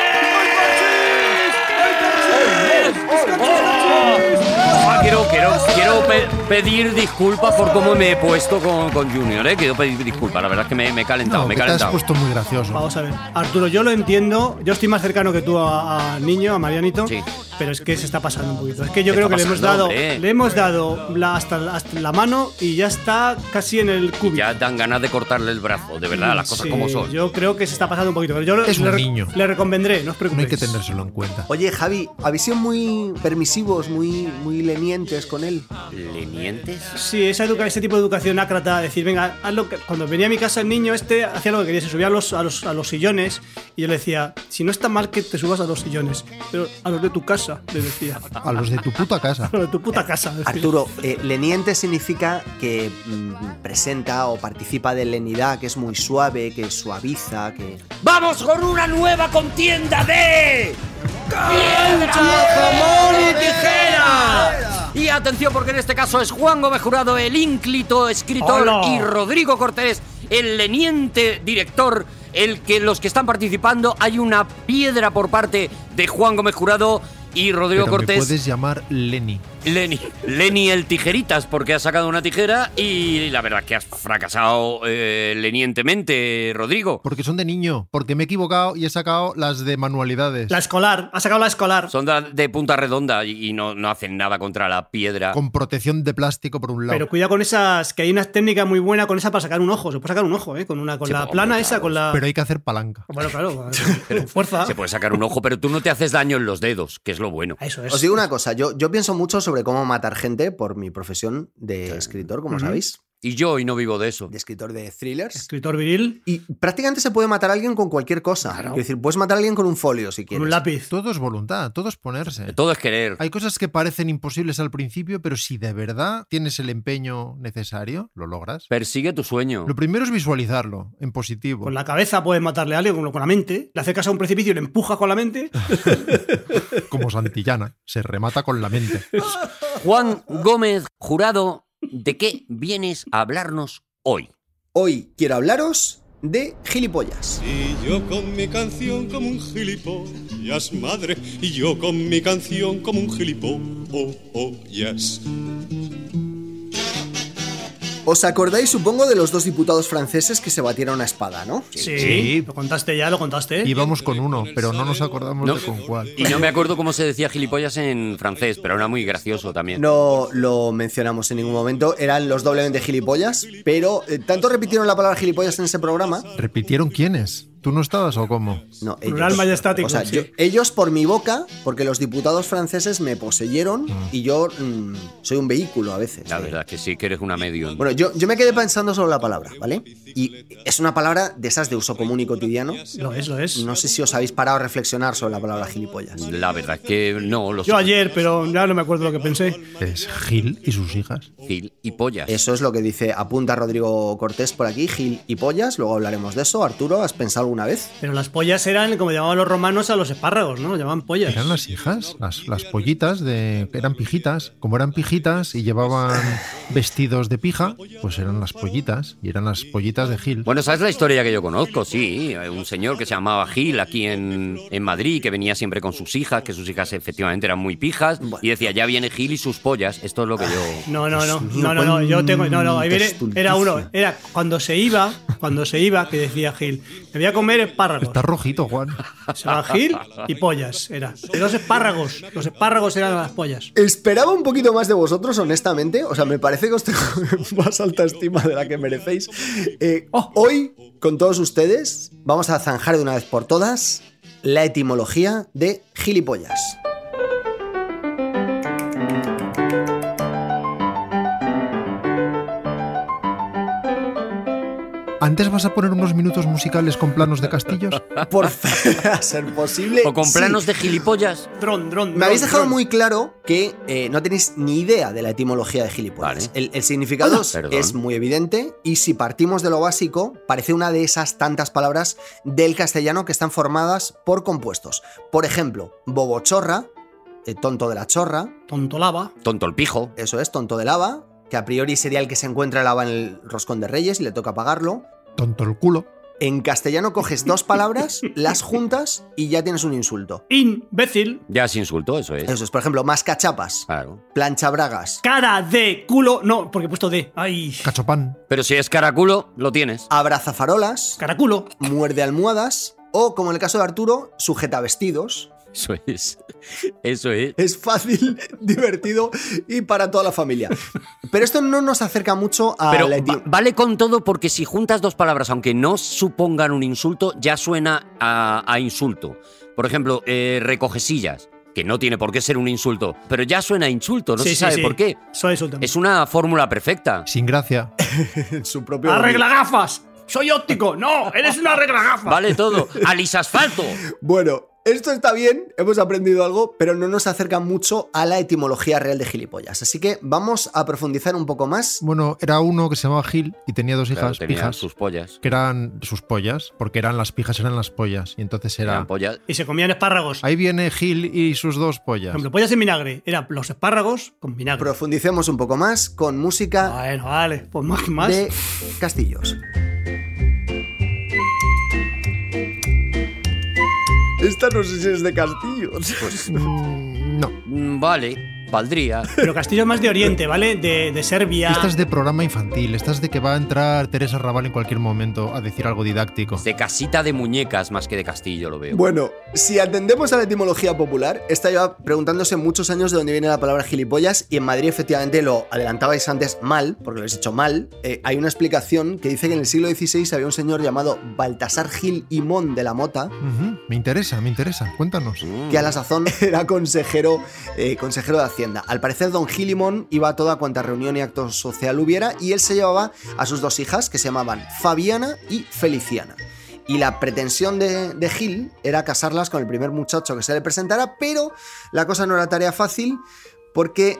Ah, Quiero, quiero, quiero pe- pedir disculpas por cómo me he puesto con, con Junior, ¿eh? Quiero pedir disculpas, la verdad es que me, me he calentado, No, me he que te has calentado. puesto muy gracioso. Vamos a ver. Arturo, yo lo entiendo. Yo estoy más cercano que tú a, a niño, a Marianito. Sí. Pero es que se está pasando un poquito. Es que yo Se creo que está le hemos pasando, dado, hombre. le hemos dado la- hasta, hasta la mano y ya está casi en el cúbito. Ya dan ganas de cortarle el brazo, de verdad, las cosas Sí, como son. Yo creo que se está pasando un poquito. Pero yo Es le, un re- niño. le recomendré, no os No hay preocupéis. que tenérselo en cuenta. Oye, Javi, habéis sido muy permisivos, muy, muy lenientes con él. Pues ¿Lenientes? Sí, esa educa ese tipo de educación ácrata, decir, venga, haz lo que... Cuando venía a mi casa el niño este hacía lo que quería, se subía a los, a, los, a los sillones y yo le decía, si no está mal que te subas a los sillones, pero a los de tu casa, le decía. A los de tu puta casa. A los de tu puta casa. decía. Arturo, eh, leniente significa que mm, presenta o participa de lenidad, que es muy suave, que suaviza, que... ¡Vamos con una nueva contienda de. ¡Piedra, jamón y tijera! Y atención, porque en este caso es Juan Gómez Jurado, el ínclito escritor, ¡Hola! y Rodrigo Cortés, el leniente director, el que los que están participando hay una piedra por parte de Juan Gómez Jurado y Rodrigo Pero me Cortés. puedes llamar Lenny. Lenny, Lenny el tijeritas, porque has sacado una tijera y la verdad es que has fracasado eh, lenientemente, Rodrigo. Porque son de niño. Porque me he equivocado y he sacado las de manualidades. La escolar, ha sacado la escolar. Son da- de, punta redonda y, y no, no hacen nada contra la piedra. Con protección de plástico por un lado. Pero cuidado con esas, que hay unas técnicas muy buenas con esa para sacar un ojo. Se puede sacar un ojo, ¿eh? Con, una, con Sí, la hombre, plana claro. esa, con la... Pero hay que hacer palanca. Bueno, claro, con fuerza. Ah, Se puede sacar un ojo, pero tú no te haces daño en los dedos, que es lo bueno. Eso es. Os digo una cosa, yo, yo pienso mucho sobre cómo matar gente por mi profesión de escritor, como Ujú. sabéis, Y yo hoy no vivo de eso. de escritor de thrillers. Escritor viril Y prácticamente se puede matar a alguien con cualquier cosa. Es decir, puedes matar a alguien con un folio si con quieres. un lápiz. Todo es voluntad, todo es ponerse. Todo es querer. Hay cosas que parecen imposibles al principio, pero si de verdad tienes el empeño necesario, lo logras. Persigue tu sueño. Lo primero es visualizarlo en positivo. Con la cabeza puedes matarle a alguien, con con la mente. Le acercas a un precipicio y le empujas con la mente. Como Santillana, se remata con la mente. Juan Gómez Jurado, ¿de qué vienes a hablarnos hoy? Hoy quiero hablaros de gilipollas. Y yo con mi canción como un gilipollas, madre. Y yo con mi canción como un gilipollas. Os acordáis, supongo, de los dos diputados franceses que se batieron a espada, ¿no? Sí, Sí. Lo contaste ya, lo contaste. Íbamos con uno, pero no nos acordamos No. de con cuál. Y no me acuerdo cómo se decía gilipollas en francés, pero era muy gracioso también. No lo mencionamos en ningún momento, eran los doblemente gilipollas, pero eh, tanto repitieron la palabra gilipollas en ese programa. ¿Repitieron quiénes? ¿Tú no estabas o cómo? No, ellos. Plural majestático, O sea, sí. yo- ellos por mi boca, porque los diputados franceses me poseyeron y yo mm, soy un vehículo a veces. La ¿eh? verdad que sí, que eres una medium. Bueno, yo, yo me quedé pensando sobre la palabra, ¿vale? Y es una palabra de esas de uso común y cotidiano. Lo es, lo es. No sé si os habéis parado a reflexionar sobre la palabra gilipollas. La verdad es que no, los Yo ayer, pero ya no me acuerdo lo que pensé. Es Gil y sus hijas. gil y pollas. Eso es lo que dice, apunta Rodrigo Cortés por aquí, Gil y Pollas, luego hablaremos de eso. Arturo, ¿has pensado alguna vez? Pero las pollas eran como llamaban los romanos a los espárragos, ¿no? Los llamaban pollas. ¿Eran las hijas? Las, las pollitas de. eran pijitas. Como eran pijitas y llevaban vestidos de pija, pues eran las pollitas. Y eran las pollitas de Gil. Bueno, esa es la historia que yo conozco, sí. Un señor que se llamaba Gil aquí en, en Madrid, que venía siempre con sus hijas, que sus hijas efectivamente eran muy pijas, y decía, ya viene Gil y sus pollas. Esto es lo que yo... No, no, no, no, no, no, yo tengo, no, no, ahí viene, era uno, era cuando se iba, cuando se iba, que decía Gil, me voy a comer espárragos, Está rojito, Juan. se va Gil y pollas, era, de dos espárragos, los espárragos eran las pollas. Esperaba un poquito más de vosotros, honestamente. O sea, me parece que os tengo más alta estima de la que merecéis. Eh, Hoy, con todos ustedes, vamos a zanjar de una vez por todas la etimología de gilipollas. ¿Antes vas a poner unos minutos musicales con planos de castillos? Por fe- a ser posible. O con sí. planos de gilipollas. Dron, dron, Me habéis dron, dejado dron. muy claro que eh, no tenéis ni idea de la etimología de gilipollas. Vale. El, el significado Ah, perdón. es muy evidente y si partimos de lo básico, parece una de esas tantas palabras del castellano que están formadas por compuestos. Por ejemplo, bobochorra, eh, tonto de la chorra, Tontolaba, Tonto el pijo. eso es, tonto de lava, que a priori sería el que se encuentra el lava en el roscón de reyes y le toca pagarlo. Tonto el culo. En castellano coges dos palabras, las juntas y ya tienes un insulto. imbécil, Ya se insultó, eso es. Eso es, por ejemplo, mascachapas, Claro. plancha bragas, cara de culo, no, porque he puesto de, ay, Cachopán. Pero si es caraculo, lo tienes. abrazafarolas, caraculo, muerde almohadas o, como en el caso de Arturo, sujeta vestidos. Eso es. Eso es. Es fácil, divertido y para toda la familia. Pero esto no nos acerca mucho a Pero la va- eti- vale con todo porque si juntas dos palabras, aunque no supongan un insulto, ya suena a, a insulto. Por ejemplo, eh, recogesillas, que no tiene por qué ser un insulto, pero ya suena a insulto, no Sí, se sí, sabe sí. por qué. Soy insultante. Es una fórmula perfecta. Sin gracia. en su propio. ¡Arregla gafas! ¡Soy óptico! ¡No! ¡Eres una arregla gafas! Vale todo. Alice Asfalto. Bueno, esto está bien, hemos aprendido algo, pero no nos acerca mucho a la etimología real de gilipollas. Así que vamos a profundizar un poco más. Bueno, era uno que se llamaba Gil y tenía dos Claro, hijas, tenía pijas, sus pollas. que eran sus pollas, porque eran las pijas, eran las pollas. Y entonces era. Eran pollas. Y se comían espárragos. Ahí viene Gil y sus dos Por pollas. ejemplo, pollas en vinagre. Eran los espárragos con vinagre. Profundicemos un poco más con música Bueno, vale. Pues más que más. de Castillos. Esta no sé si es de Castillos. Mm, no. Mm, Vale, valdría. Pero Castillo es más de Oriente, ¿vale? De, de Serbia. Esta es de programa infantil, esta es de que va a entrar Teresa Raval en cualquier momento a decir algo didáctico. De casita de muñecas más que de castillo lo veo. Bueno, si atendemos a la etimología popular, esta lleva preguntándose muchos años de dónde viene la palabra gilipollas y en Madrid efectivamente lo adelantabais antes mal, porque lo habéis hecho mal. Eh, hay una explicación que dice que en el siglo XVI había un señor llamado Baltasar Gil y Mon de la Mota, Ujú, Me interesa, me interesa, cuéntanos. que a la sazón era consejero, eh, consejero de Hacienda. Al parecer, don Gilimón iba a toda cuanta reunión y acto social hubiera y él se llevaba a sus dos hijas que se llamaban Fabiana y Feliciana. Y la pretensión de, de Gil era casarlas con el primer muchacho que se le presentara, pero la cosa no era tarea fácil porque...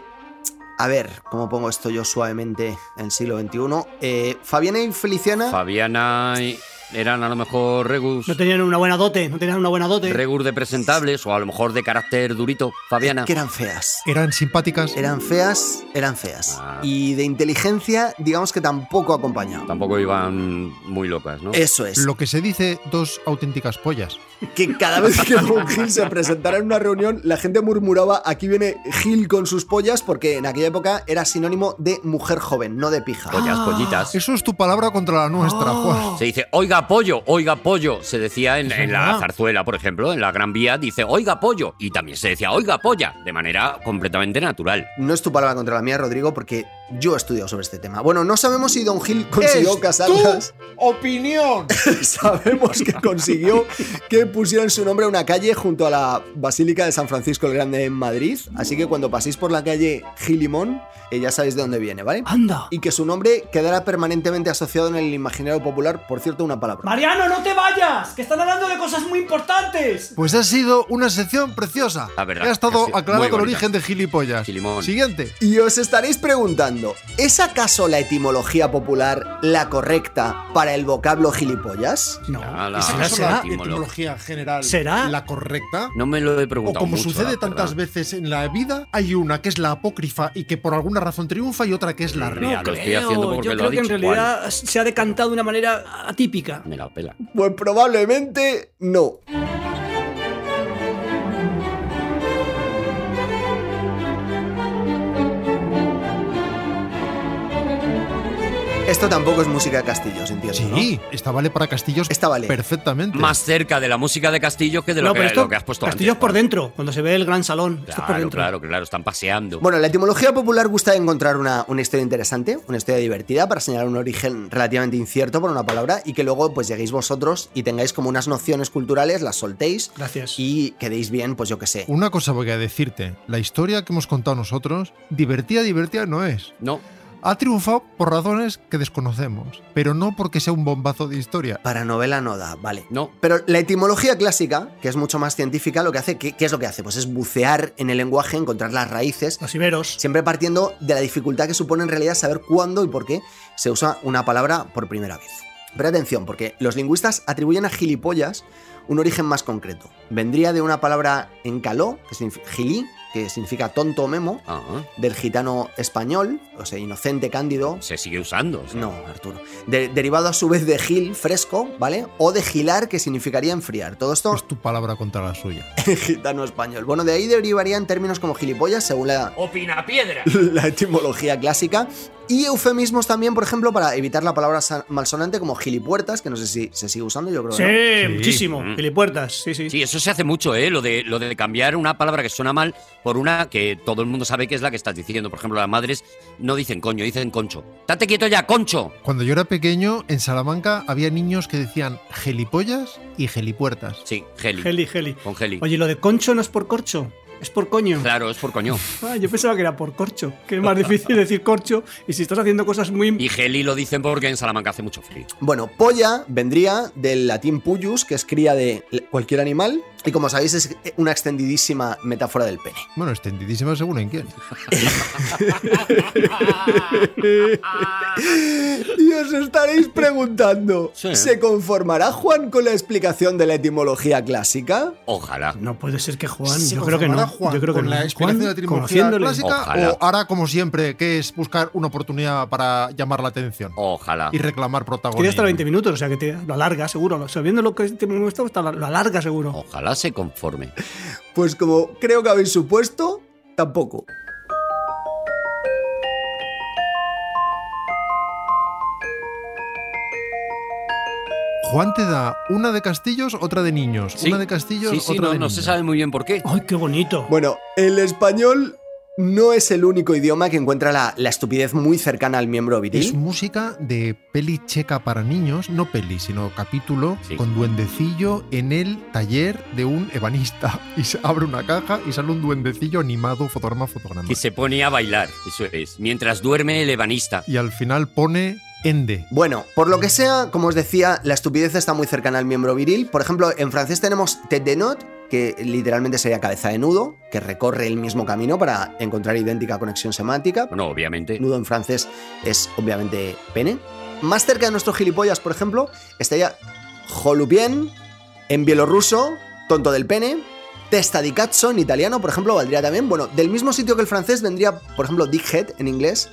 A ver, ¿cómo pongo esto yo suavemente en el siglo XXI? Eh, Fabiana y Feliciana... Fabiana y- eran a lo mejor regus. No tenían una buena dote. No tenían una buena dote. Regur de presentables o a lo mejor de carácter durito. Fabiana. que eran feas. Eran simpáticas. Eran feas, eran feas. Ah. Y de inteligencia, digamos que tampoco acompañaba. Tampoco iban muy locas, ¿no? Eso es. Lo que se dice, dos auténticas pollas. Que cada vez que Don Gil se presentara en una reunión, la gente murmuraba, aquí viene Gil con sus pollas, porque en aquella época era sinónimo de mujer joven, no de pija. Ah. Pollas, pollitas. Eso es tu palabra contra la nuestra, Juan. Se dice, oiga pollo, oiga pollo. Se decía en, Es en la verdad. zarzuela, por ejemplo, en la Gran Vía, dice, oiga pollo. Y también se decía, oiga polla, de manera completamente natural. No es tu palabra contra la mía, Rodrigo, porque yo he estudiado sobre este tema. Bueno, no sabemos si Don Gil consiguió casarlas. opinión. sabemos que consiguió que pusieran su nombre a una calle junto a la Basílica de San Francisco el Grande en Madrid. Así que cuando paséis por la calle Gilimón, eh, ya sabéis de dónde viene, ¿vale? Anda. Y que su nombre quedará permanentemente asociado en el imaginario popular, por cierto, una palabra. Mariano, no te vayas, que están hablando de cosas muy importantes. Pues ha sido una sección preciosa. La verdad, ha ha estado sido aclarado muy el bonita. origen de gilipollas. Gilimón. Siguiente. Y os estaréis preguntando, ¿es acaso la etimología popular la correcta para el vocablo gilipollas? No. Ala, ¿Será, la acaso será? etimolo- etimología general ¿Será? la correcta? No me lo he O preguntado. como mucho, sucede la tantas verdad. veces en la vida, hay una que es la apócrifa y que por alguna razón triunfa y otra que es la No, real. Lo estoy haciendo porque yo lo creo ha que en dicho realidad se ha decantado de una manera atípica. Me la pela. Pues probablemente no. Esto tampoco es música de castillos, entiendo, ¿no? Sí, esta vale para castillos Esta vale. perfectamente. Más cerca de la música de Castillo que de lo, No, que, pero esto, lo que has puesto Castillo es antes, por Juan. dentro, cuando se ve el gran salón. esto es por Claro, dentro. claro, claro, están paseando. Bueno, la etimología popular gusta encontrar una, una historia interesante, una historia divertida para señalar un origen relativamente incierto por una palabra y que luego pues lleguéis vosotros y tengáis como unas nociones culturales, las soltéis Gracias. y quedéis bien, pues yo qué sé. Una cosa voy a decirte, la historia que hemos contado nosotros, divertida, divertida no es. No, Ha triunfado por razones que desconocemos, pero no porque sea un bombazo de historia. Para novela no da, vale. no. Pero la etimología clásica, que es mucho más científica, lo que hace, ¿qué, qué es lo que hace? Pues es bucear en el lenguaje, encontrar las raíces, Los iberos. siempre partiendo de la dificultad que supone en realidad saber cuándo y por qué se usa una palabra por primera vez. Pero atención, porque los lingüistas atribuyen a gilipollas un origen más concreto. Vendría de una palabra en caló, que significa gilí, que significa tonto o memo, Ah, del gitano español, o sea, inocente cándido. Se sigue usando. o sea. No, Arturo. De- derivado a su vez de gil, fresco, ¿vale? O de gilar, que significaría enfriar. Todo esto Tu palabra contra la suya. gitano español. Bueno, de ahí derivarían términos como gilipollas, según la, Opina piedra. la etimología clásica. Y eufemismos también, por ejemplo, para evitar la palabra sa- malsonante como gilipuertas, que no sé si se sigue usando, yo creo Sí, que muchísimo. Pelipuertas, sí, sí. Mm. Sí, eso se hace mucho, ¿eh? Lo de, lo de cambiar una palabra que suena mal por una que todo el mundo sabe que es la que estás diciendo. Por ejemplo, las madres no dicen coño, dicen concho. ¡Date quieto ya, concho! Cuando yo era pequeño, en Salamanca había niños que decían gelipollas y gelipuertas. Sí, geli. Geli, geli. Con geli. Oye, lo de concho no es por corcho, es por coño. Claro, es por coño. Ah, yo pensaba que era por corcho, que es más difícil decir corcho. Y si estás haciendo cosas muy. Y geli lo dicen porque en Salamanca hace mucho frío. no. Bueno, polla vendría del latín pullus, que es cría de l- cualquier animal, y como sabéis es una extendidísima metáfora del pene. Bueno, extendidísimo según en quién. Y os estaréis preguntando, Sí. ¿se conformará Juan con la explicación de la etimología clásica? Ojalá. No puede ser que Juan. ¿Se Yo creo que no. conformará Juan yo creo que con no. la explicación de la trilogía conociéndole. clásica Ojalá. o hará como siempre, que es buscar una oportunidad para llamar la atención Ojalá. y reclamar Tiene hasta protagonismo. 20 minutos, o sea que te lo alarga seguro. Sabiendo lo que te muestra, hasta lo lo alarga seguro. Ojalá se conforme. Pues como creo que habéis supuesto, tampoco. Juan te da una de castillos, otra de niños. Sí. Una de castillos, Sí, sí, otra no, de no niños. se sabe muy bien por qué. ¡Ay, qué bonito! Bueno, el español no es el único idioma que encuentra la, la estupidez muy cercana al miembro Es viril. música de peli checa para niños, no peli, sino capítulo Sí. con duendecillo en el taller de un ebanista. Y se abre una caja y sale un duendecillo animado, fotograma, fotograma. Que se pone a bailar, eso es. Mientras duerme el ebanista. Y al final pone ende. Bueno, por lo que sea, como os decía, la estupidez está muy cercana al miembro viril. Por ejemplo, en francés tenemos tête de note, que literalmente sería cabeza de nudo, que recorre el mismo camino para encontrar idéntica conexión semántica. Bueno, obviamente. Nudo en francés es obviamente pene. Más cerca de nuestros gilipollas, por ejemplo, estaría Jolupien en bielorruso, tonto del pene. Testa di cazzo en italiano, por ejemplo, valdría también. Bueno, del mismo sitio que el francés vendría, por ejemplo, dickhead en inglés,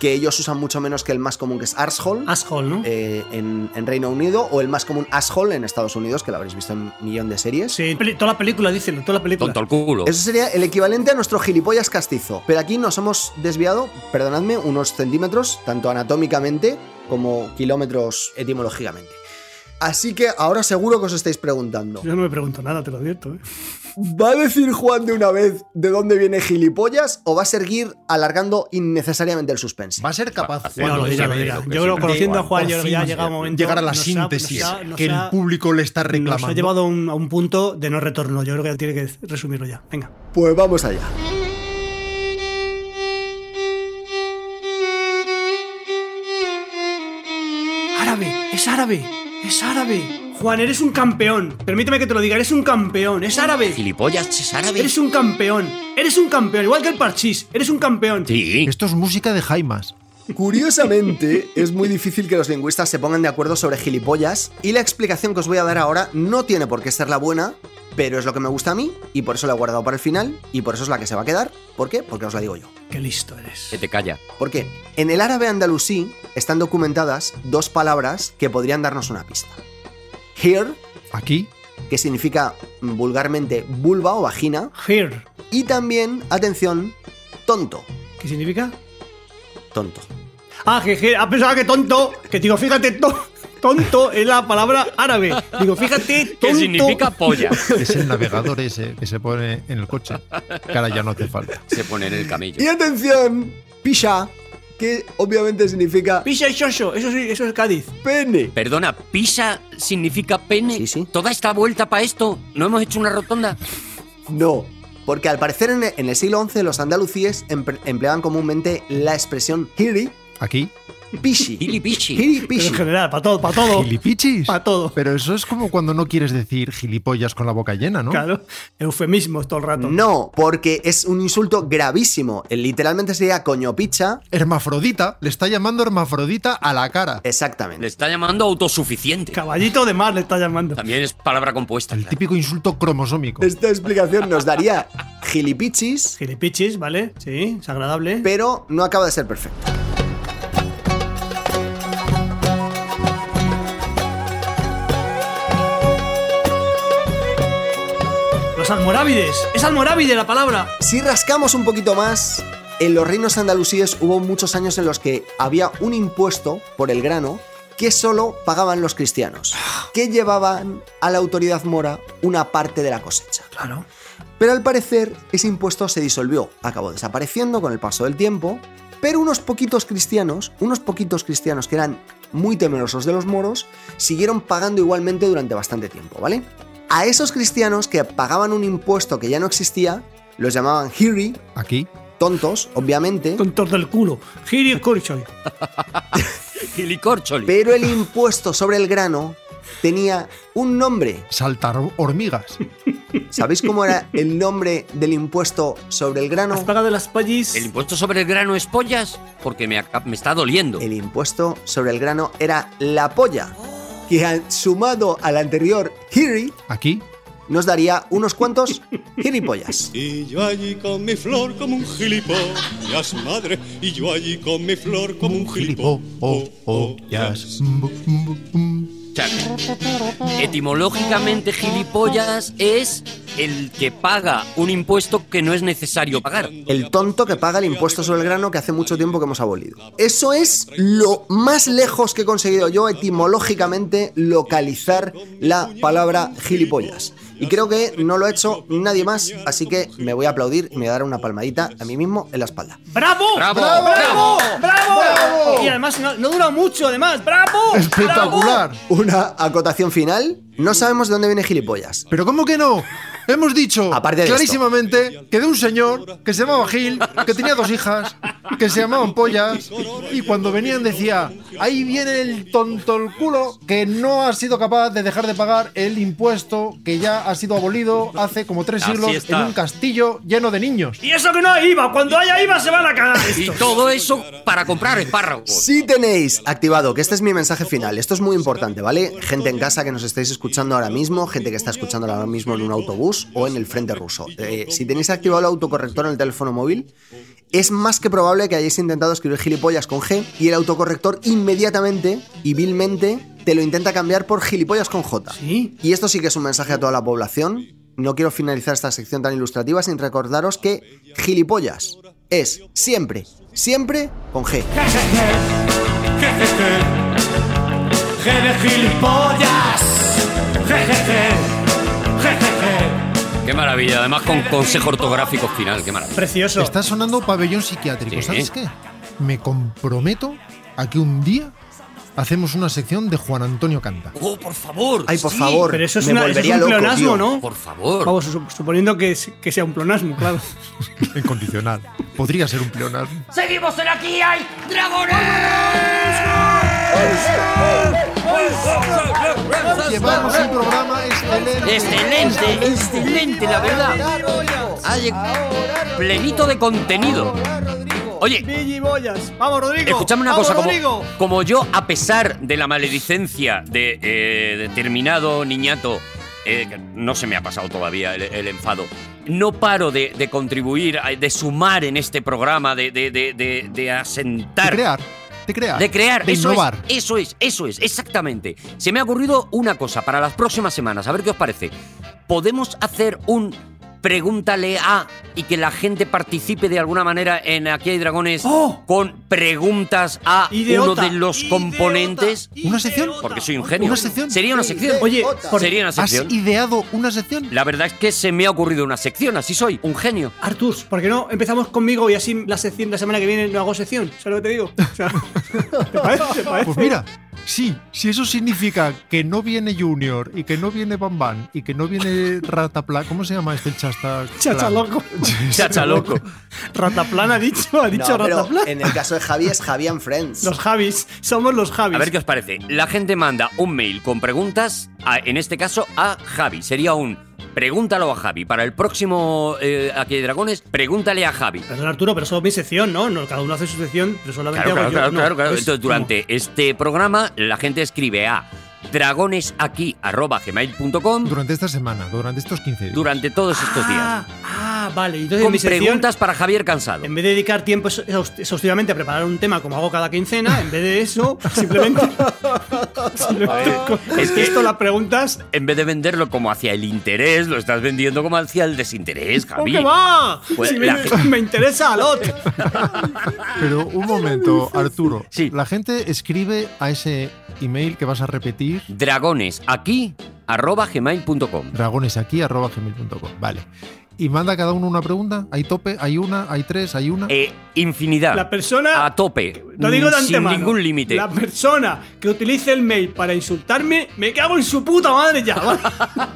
que ellos usan mucho menos que el más común que es arsehole Asshole, ¿no? eh, en, en Reino Unido o el más común asshole en Estados Unidos, que lo habréis visto en un millón de series. Sí, peli- toda la película, dicen, toda la película. Tonto al culo. Eso sería el equivalente a nuestro gilipollas castizo. Pero aquí nos hemos desviado, perdonadme, unos centímetros, tanto anatómicamente como kilómetros etimológicamente. Así que ahora seguro que os estáis preguntando. Yo no me pregunto nada, te lo advierto. ¿eh? ¿Va a decir Juan de una vez de dónde viene gilipollas o va a seguir alargando innecesariamente el suspense? Va a ser capaz Hace- No, Juan, lo Bueno, dirá, sí, lo sí, dirá. sí, Yo sí, creo sí. conociendo a Juan, por yo creo que ya ha fin, llegado un momento. llegar a la nos ha- síntesis nos ha- nos que ha- el público le está Nos ha reclamando. llevado a un, a un punto de no retorno. Yo creo que tiene que resumirlo ya. Venga. Pues vamos allá. Árabe, es árabe, es árabe. Juan, eres un campeón. Permíteme que te lo diga, eres un campeón, es árabe. Gilipollas, es árabe. Eres un campeón, eres un campeón, igual que el parchís, eres un campeón. Sí. Esto es música de Jaimas. Curiosamente, es muy difícil que los lingüistas se pongan de acuerdo sobre gilipollas y la explicación que os voy a dar ahora no tiene por qué ser la buena, pero es lo que me gusta a mí y por eso la he guardado para el final y por eso es la que se va a quedar. ¿Por qué? Porque os la digo yo. Qué listo eres. Que te calla. ¿Por qué? En el árabe andalusí están documentadas dos palabras que podrían darnos una pista. Here, Aquí, que significa mm, vulgarmente vulva o vagina, Here, y también, atención, tonto. ¿qué significa? Tonto. Ah, que que- ah, pensaba que tonto, que digo, fíjate, to- tonto es la palabra árabe. Digo, fíjate, tonto. ¿Qué significa polla? es el navegador ese que se pone en el coche. Que ahora ya no hace falta. Se pone en el Y camello. atención, pisha, que obviamente significa Pisa y xoxo, eso, sí- eso es Cádiz. pene. Perdona, pisa significa pene. Sí, sí. Toda esta vuelta para esto, no hemos hecho una rotonda. No, porque al parecer en en el siglo XI los andalucíes empre- empleaban comúnmente la expresión hiri Aquí, Pichi. Gilipichi. Gilipichi. En general, para todo, para todo. ¿Gilipichis? Para todo. Pero eso es como cuando no quieres decir gilipollas con la boca llena, ¿no? Claro, eufemismos todo el rato. No, porque es un insulto gravísimo. Eh, Literalmente sería coño picha. Hermafrodita, le está llamando hermafrodita a la cara. Eh, Le Exactamente. está llamando autosuficiente. Caballito de mar le está llamando. También es palabra compuesta. El claro. típico insulto cromosómico. Esta explicación nos daría gilipichis, Gilipichis, ¿vale? Sí, es agradable. pero no acaba de ser perfecto. Los almorávides. Es almorávide la palabra. Si rascamos un poquito más, en los reinos andalusíes hubo muchos años en los que había un impuesto por el grano que solo pagaban los cristianos, que llevaban a la autoridad mora una parte de la cosecha. Claro. Pero al parecer ese impuesto se disolvió, acabó desapareciendo con el paso del tiempo, pero unos poquitos cristianos, unos poquitos cristianos que eran muy temerosos de los moros, siguieron pagando igualmente durante bastante tiempo, ¿vale? A esos cristianos que pagaban un impuesto que ya no existía, los llamaban hiri, Aquí. tontos, obviamente, Tontos del culo. Giri Corchoy. Gilicorcholi. pero el impuesto sobre el grano tenía un nombre. Saltar hormigas. ¿Sabéis cómo era el nombre del impuesto sobre el grano? Has pagado las pallis. ¿El impuesto sobre el grano es pollas? Porque me, aca- me está doliendo. El impuesto sobre el grano era la polla, que al- sumado al anterior hiri Aquí. nos daría unos cuantos hiripollas. Y yo allí con mi flor como un gilipollas, madre. Y yo allí con mi flor como un Gilipo. Oh, oh, gilipollas. yes. Mm, mm, mm. O sea, etimológicamente, gilipollas es el que paga un impuesto que no es necesario pagar. El tonto que paga el impuesto sobre el grano que hace mucho tiempo que hemos abolido. Eso es lo más lejos que he conseguido yo etimológicamente localizar la palabra gilipollas. Y creo que no lo ha hecho nadie más, así que me voy a aplaudir y me voy a dar una palmadita a mí mismo en la espalda. ¡Bravo! ¡Bravo! ¡Bravo! ¡Bravo! ¡Bravo! Y además no, no dura mucho, además. ¡Bravo! Espectacular. ¡Bravo! Una acotación final. No sabemos de dónde viene gilipollas. Pero ¿cómo que no? Hemos dicho Aparte de clarísimamente que de un señor que se llamaba Gil, que tenía dos hijas, que se llamaban pollas, y cuando venían decía, ahí viene el tonto el culo que no ha sido capaz de dejar de pagar el impuesto que ya ha sido abolido hace como tres Así siglos en está. un castillo lleno de niños. Y eso que no hay IVA. Cuando haya IVA se van a cagar. Y todo eso para comprar espárragos. Si tenéis activado, que este es mi mensaje final, esto es muy importante, ¿vale? Gente en casa que nos estáis escuchando ahora mismo, gente que está escuchando ahora mismo en un autobús o en el frente ruso. Eh, si tenéis activado el autocorrector en el teléfono móvil, es más que probable que hayáis intentado escribir gilipollas con G y el autocorrector inmediatamente y vilmente te lo intenta cambiar por gilipollas con J. Sí. Y esto sí que es un mensaje a toda la población. No quiero finalizar esta sección tan ilustrativa sin recordaros que gilipollas es siempre, siempre con G. Qué maravilla. Además, con consejo ortográfico final. Qué maravilla. Precioso. Está sonando pabellón psiquiátrico. Sí. ¿Sabes qué? Me comprometo a que un día hacemos una sección de Juan Antonio Canta. Oh, por favor. Ay, por sí, favor, Pero eso es, me una, eso es volvería un loco, pleonasmo, tío. ¿no? Por favor. Vamos, su- suponiendo que, es- que sea un pleonasmo, claro. Incondicional. Podría ser un pleonasmo. Seguimos en aquí hay dragones. Llevamos un programa excelente. Excelente, excelente, la verdad. Ha llegado plenito de contenido. Oye, Billy Boyas. Vamos, Rodrigo. Escuchame una Vamos, cosa, Rodrigo. como, como yo, a pesar de la maledicencia de eh, determinado niñato, eh, que no se me ha pasado todavía el, el enfado, no paro de, de contribuir, a- de sumar en este programa, de, de- de- de- de De asentar. crear. De crear. De crear, Ah, De eso innovar. es, eso es, eso es, exactamente. Se me ha ocurrido una cosa para las próximas semanas, a ver qué os parece. Podemos hacer un pregúntale a y que la gente participe de alguna manera en Aquí hay dragones ¡Oh! con preguntas a uno Idiota. de los componentes. ¿Una sección? Porque soy un genio. ¿Una sección? Sería una sección. Oye, por- sería una ¿Has sección. ideado una sección? La verdad es que se me ha ocurrido una sección, así soy, un genio. Artur, ¿por qué no empezamos conmigo y así la sección la semana que viene no hago sección? ¿Sabes lo que te digo? O sea, ¿te parece? ¿Te parece? Pues mira, Sí, si eso significa que no viene Junior y que no viene Bambán y que no viene Ratapla, ¿cómo se llama este chasta? Chachaloco. Chachaloco. Rataplan ha dicho, ha dicho No, pero Rataplan. en el caso de Javi es Javi and Friends. Los Javis, somos los Javis. A ver qué os parece. La gente manda un mail con preguntas, a- en este caso a Javi. Sería un pregúntalo a Javi. Para el próximo eh, Aquí hay Dragones, pregúntale a Javi. Perdón, Arturo, pero solo mi sección, ¿no? No, Cada uno hace su sección, pero solamente Claro, claro, hago yo. claro, No, claro, claro. es Entonces, durante este programa, la gente escribe a dragonesaki.gmail.com Durante esta semana, durante estos 15 días. durante todos estos días. Ah, ah, vale. Entonces, Con mi sección, preguntas para Javier Cansado. en vez de dedicar tiempo exhaust- exhaustivamente a preparar un tema como hago cada quincena, en vez de eso, simplemente. simplemente con- es que- esto, las preguntas. En vez de venderlo como hacia el interés, lo estás vendiendo como hacia el desinterés, ¡Oh, Javi. qué va! Pues Si me, la- me interesa a Lot. Pero un momento, Arturo. Sí. La gente escribe a ese email que vas a repetir dragonesaki.gmail.com dragonesaki.gmail.com. Vale. Y manda cada uno una pregunta. Hay tope, hay una, hay tres, hay una. Eh, infinidad. La persona. a tope. Lo digo de Sin antemano. ningún límite. La persona que utilice el mail para insultarme, me cago en su puta madre ya. ¿vale?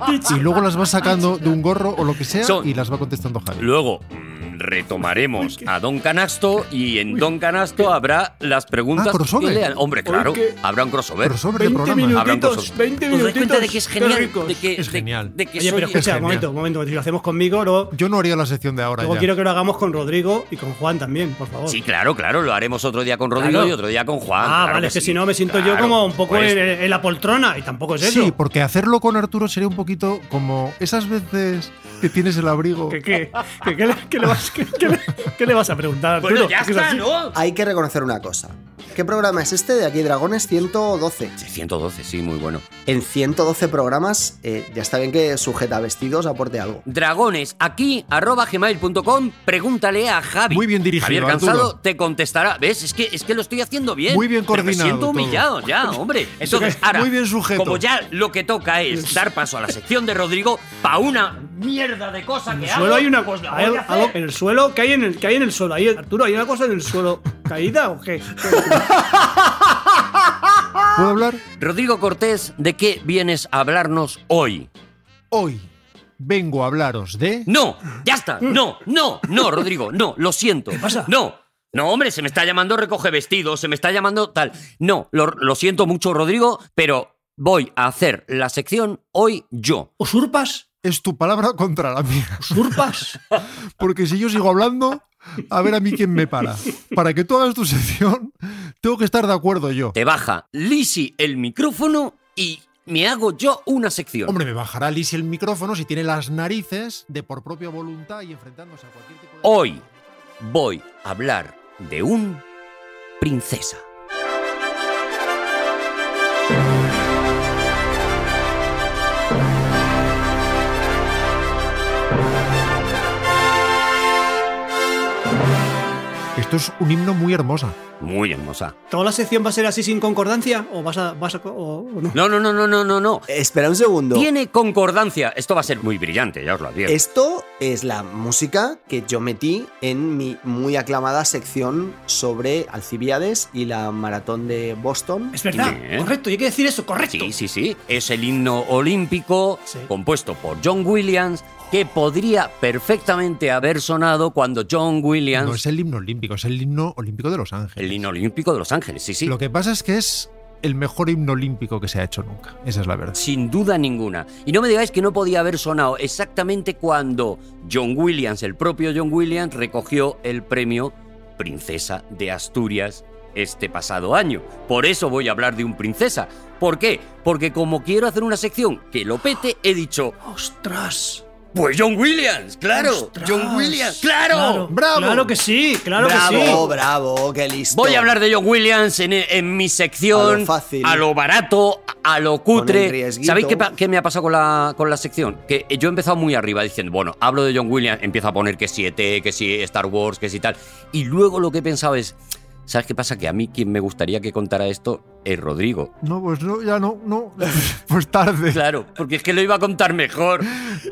Dicho. Y luego las vas sacando de un gorro o lo que sea Son- y las va contestando Javi. Luego mm, retomaremos a Don Canasto y en Don Canasto habrá las preguntas. Ah, crossover. que le han- Hombre, claro, Porque- habrá un crossover. Pero sobre el 20 programa. Habrán minutitos, cosas. 20 ¿Os dais cuenta minutitos. de que es qué genial? ricos. De que, Es de- genial. de que Oye, pero soy- escucha, genial. un momento, un momento, si lo hacemos conmigo, luego, Yo no haría la sección de ahora luego ya. quiero que lo hagamos con Rodrigo y con Juan también, por favor. Ah, Sí, claro, claro, lo haremos otro día con Rodrigo Claro. y otro día con Juan. Ah, claro vale, es que sí. si no me siento yo Claro, como un poco pues, en, en la poltrona y tampoco es eso. Sí, porque hacerlo con Arturo sería un poquito como esas veces que tienes el abrigo. ¿Qué, qué, qué- qué le, qué le vas, qué- qué le- qué le vas a preguntar? Bueno, Arturo? ya ¿Qué es está, así? ¿no? Hay que reconocer una cosa. ¿Qué programa es este de Aquí hay Dragones 112? 112, sí, muy bueno. En 112 programas, eh, ya está bien que sujeta vestidos aporte algo. Dragones aquí, arroba gmail.com, pregúntale a Javi. Muy bien dirigido, Javier Cansado Arturo. te contestará. ¿Ves? Es que, es que lo estoy haciendo bien. Muy bien Pero coordinado Me siento todo. humillado ya, hombre. Entonces, que- ahora, muy bien sujeto. como ya lo que toca es dar paso a la sección de Rodrigo, pa' una mierda de cosa En que el hago, suelo hay una pues la cosa. voy a hacer. en el suelo, ¿qué hay en el, qué hay en el suelo? Ahí, Arturo, ¿hay una cosa en el suelo caída o qué? ¿Puedo hablar? Rodrigo Cortés, ¿de qué vienes a hablarnos hoy? Hoy vengo a hablaros de. No, ya está. No, no, no, Rodrigo, no, lo siento. ¿Qué pasa? No. No, hombre, se me está llamando recoge vestidos, se me está llamando tal. No, lo, lo siento mucho, Rodrigo, pero voy a hacer la sección hoy yo. ¿Usurpas? Es tu palabra contra la mía. ¿Usurpas? Porque si yo sigo hablando, a ver a mí quién me para. Para que tú hagas tu sección, tengo que estar de acuerdo yo. Te baja Lisi el micrófono y me hago yo una sección. Hombre, me bajará Liz el micrófono si tiene las narices de por propia voluntad y enfrentándose a cualquier tipo de. Hoy voy a hablar de un princesa. Esto es un himno muy hermosa. Muy hermosa. ¿Toda la sección va a ser así sin concordancia? ¿O vas a.? Vas a o, o no? No, no, no, no, no, no, no. Eh, Espera un segundo. Tiene concordancia. Esto va a ser muy brillante, ya os lo advierto. Esto es la música que yo metí en mi muy aclamada sección sobre Alcibiades y la maratón de Boston. Es verdad, Bien. correcto, y hay que decir eso, correcto. ¿eh? Sí, sí, sí. Es el himno olímpico Sí. compuesto por John Williams que podría perfectamente haber sonado cuando John Williams... No es el himno olímpico, es el himno olímpico de Los Ángeles. El himno olímpico de Los Ángeles, sí, sí. Lo que pasa es que es el mejor himno olímpico que se ha hecho nunca. Esa es la verdad. Sin duda ninguna. Y no me digáis que no podía haber sonado exactamente cuando John Williams, el propio John Williams, recogió el premio Princesa de Asturias este pasado año. Por eso voy a hablar de un princesa. ¿Por qué? Porque como quiero hacer una sección que lo pete, he dicho, ¡Ostras! Pues John Williams, claro. ¡Ostras! John Williams, claro. ¡Bravo! Claro que sí, claro que sí. bravo, bravo, qué listo. Voy a hablar de John Williams en, en mi sección. A lo fácil. a lo barato, a lo el cutre. riesguito. ¿Sabéis qué, pa- qué me ha pasado con la, con la sección? Que yo he empezado muy arriba diciendo, bueno, hablo E de John Williams, empiezo a poner que si ET, que si Star Wars, que si tal. Y luego lo que he pensado es, ¿Sabes qué pasa? Que a mí quien me gustaría que contara esto es Rodrigo. No, pues no, ya no, no. Pues tarde. Claro, porque es que lo iba a contar mejor.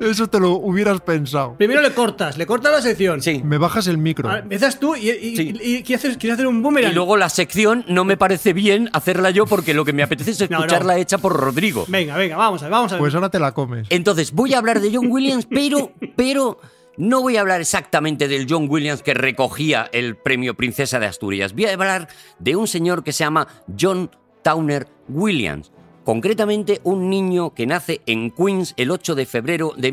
Eso te lo hubieras pensado. Primero le cortas, le cortas la sección. Sí. Me bajas el micro. Ahora, Empiezas tú y, y- Sí. y- y quieres, hacer, quieres hacer un boomerang. Y luego la sección no me parece bien hacerla yo porque lo que me apetece es No, no. escucharla hecha por Rodrigo. Venga, venga, vamos a ver, vamos a ver. Pues ahora te la comes. Entonces, voy a hablar de John Williams, pero, pero no voy a hablar exactamente del John Williams que recogía el premio Princesa de Asturias. Voy a hablar de un señor que se llama John Towner Williams. Concretamente, un niño que nace en Queens el 8 de febrero de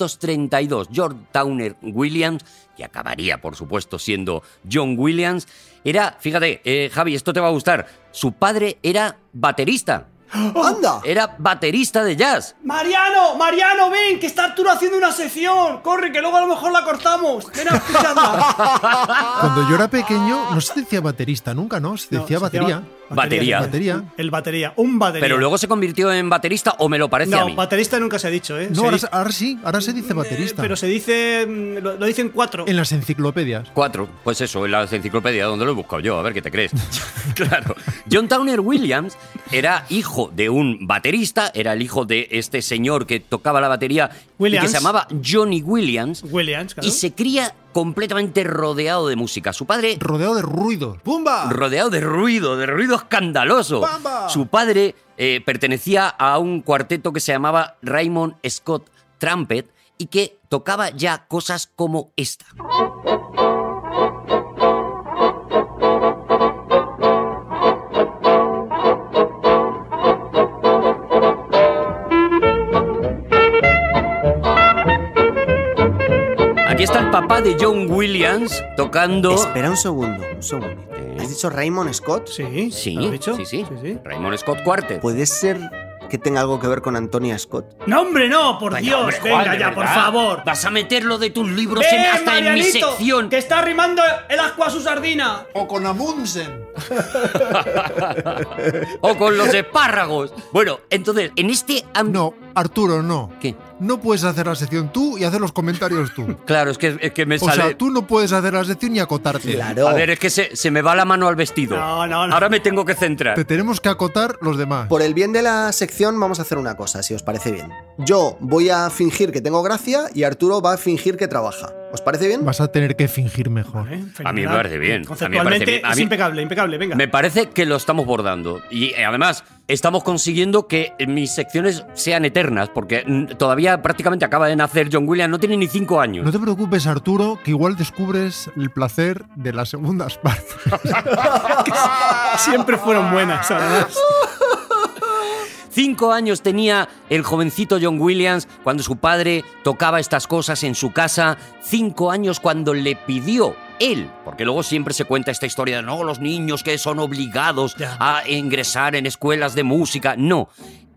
1932, George Towner Williams, que acabaría, por supuesto, siendo John Williams, era, fíjate, eh, Javi, esto te va a gustar, su padre era baterista, ¡Anda! era baterista de jazz. Mariano, Mariano, ven, que está Arturo haciendo una sección. Corre, que luego a lo mejor la cortamos. Ven a escucharla. Cuando yo era pequeño, no se decía baterista nunca, ¿no? Se No, decía se batería. llama- Batería. Batería. El batería, un batería. Pero luego se convirtió en baterista, o me lo parece a mí. No, baterista nunca se ha dicho, ¿eh? No, Se ahora, dice- ahora sí, ahora se dice baterista. Eh, pero se dice. mm, Lo, lo dicen cuatro. En las enciclopedias. Cuatro, pues eso, en la enciclopedia donde lo he buscado yo, a ver qué te crees. claro, John Towner Williams era hijo de un baterista, era el hijo de este señor que tocaba la batería y que Williams. se llamaba Johnny Williams Williams, claro. y se cría completamente rodeado de música. Su padre Rodeado de ruido. ¡Pumba! rodeado de ruido, de ruido escandaloso. ¡Bamba! Su padre eh, pertenecía a un cuarteto que se llamaba Raymond Scott Trumpet y que tocaba ya cosas como esta. Aquí está el papá de John Williams tocando... Espera un segundo, un segundo. ¿Has dicho Raymond Scott? Sí, Sí, ¿lo has dicho? sí, sí. Pues sí. Raymond Scott Quartet. ¿Puede ser que tenga algo que ver con Antonia Scott? No, hombre, no, por Vaya, Dios. hombre, venga Juan, de ya, por verdad. favor. ¡Eh, Vas a meter lo de tus libros Ven, en- hasta en mi ¡Eh, Marianito, sección. Que está arrimando el asco a su sardina. O con Amundsen. O con los espárragos. Bueno, entonces, en este ámbito. No, Arturo, no. ¿Qué? No puedes hacer la sección tú y hacer los comentarios tú. Claro, es que, es que me O sale. sea, tú no puedes hacer la sección ni acotarte. Claro. A ver, es que se, se me va la mano al vestido. No, no, no. Ahora me tengo que centrar. Te tenemos que acotar los demás. Por el bien de la sección vamos a hacer una cosa, si os parece bien. Yo voy a fingir que tengo gracia y Arturo va a fingir que trabaja. ¿Os parece bien? Vas a tener que fingir mejor. A Eh, mí me fenomenal. parece bien, a mí me Conceptualmente parece bien, a es mí- impecable, impecable, venga. Me parece que lo estamos bordando. Y eh, además, estamos consiguiendo que eh, mis secciones sean eternas, porque mm, todavía prácticamente acaba de nacer John Williams, no tiene ni cinco años. No te preocupes, Arturo, que igual descubres el placer de las segundas partes. Siempre fueron buenas, además. Cinco años tenía el jovencito John Williams cuando su padre tocaba estas cosas en su casa. Cinco años cuando le pidió él, porque luego siempre se cuenta esta historia de no, los niños que son obligados Ya. a ingresar en escuelas de música. No,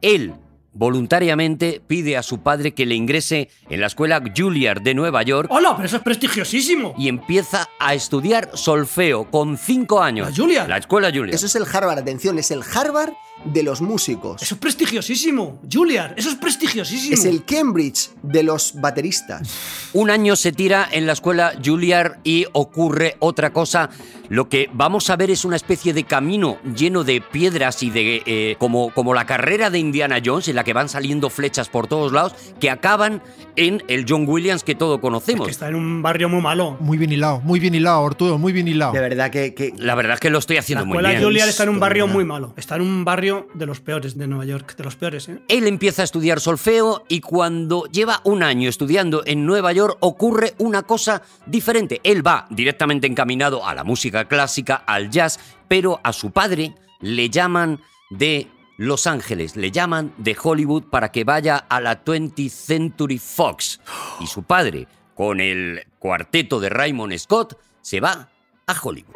él voluntariamente pide a su padre que le ingrese en la escuela Juilliard de Nueva York Hola, pero eso es prestigiosísimo. y empieza a estudiar solfeo con cinco años. ¿La Juilliard? La escuela Juilliard. Eso es el Harvard, atención, es el Harvard de los músicos. Eso es prestigiosísimo. Julian, eso es prestigiosísimo. Es el Cambridge de los bateristas. Un año se tira en la escuela Juilliard y ocurre otra cosa. Lo que vamos a ver es una especie de camino lleno de piedras y de eh, como, como la carrera de Indiana Jones en la que van saliendo flechas por todos lados que acaban en el John Williams que todo conocemos. Que está en un barrio muy malo. Muy bien hilado, muy bien hilado, Arturo, muy bien hilado. De verdad que... que- La verdad es que lo estoy La haciendo muy escuela bien. Juilliard está en un barrio Historia. muy malo. Está en un barrio de los peores de Nueva York, de los peores, ¿eh? Él empieza a estudiar solfeo y cuando lleva un año estudiando en Nueva York ocurre una cosa diferente. Él va directamente encaminado a la música clásica, al jazz, pero a su padre le llaman de Los Ángeles, le llaman de Hollywood para que vaya a la 20th Century Fox. Y su padre, con el cuarteto de Raymond Scott, se va a Hollywood.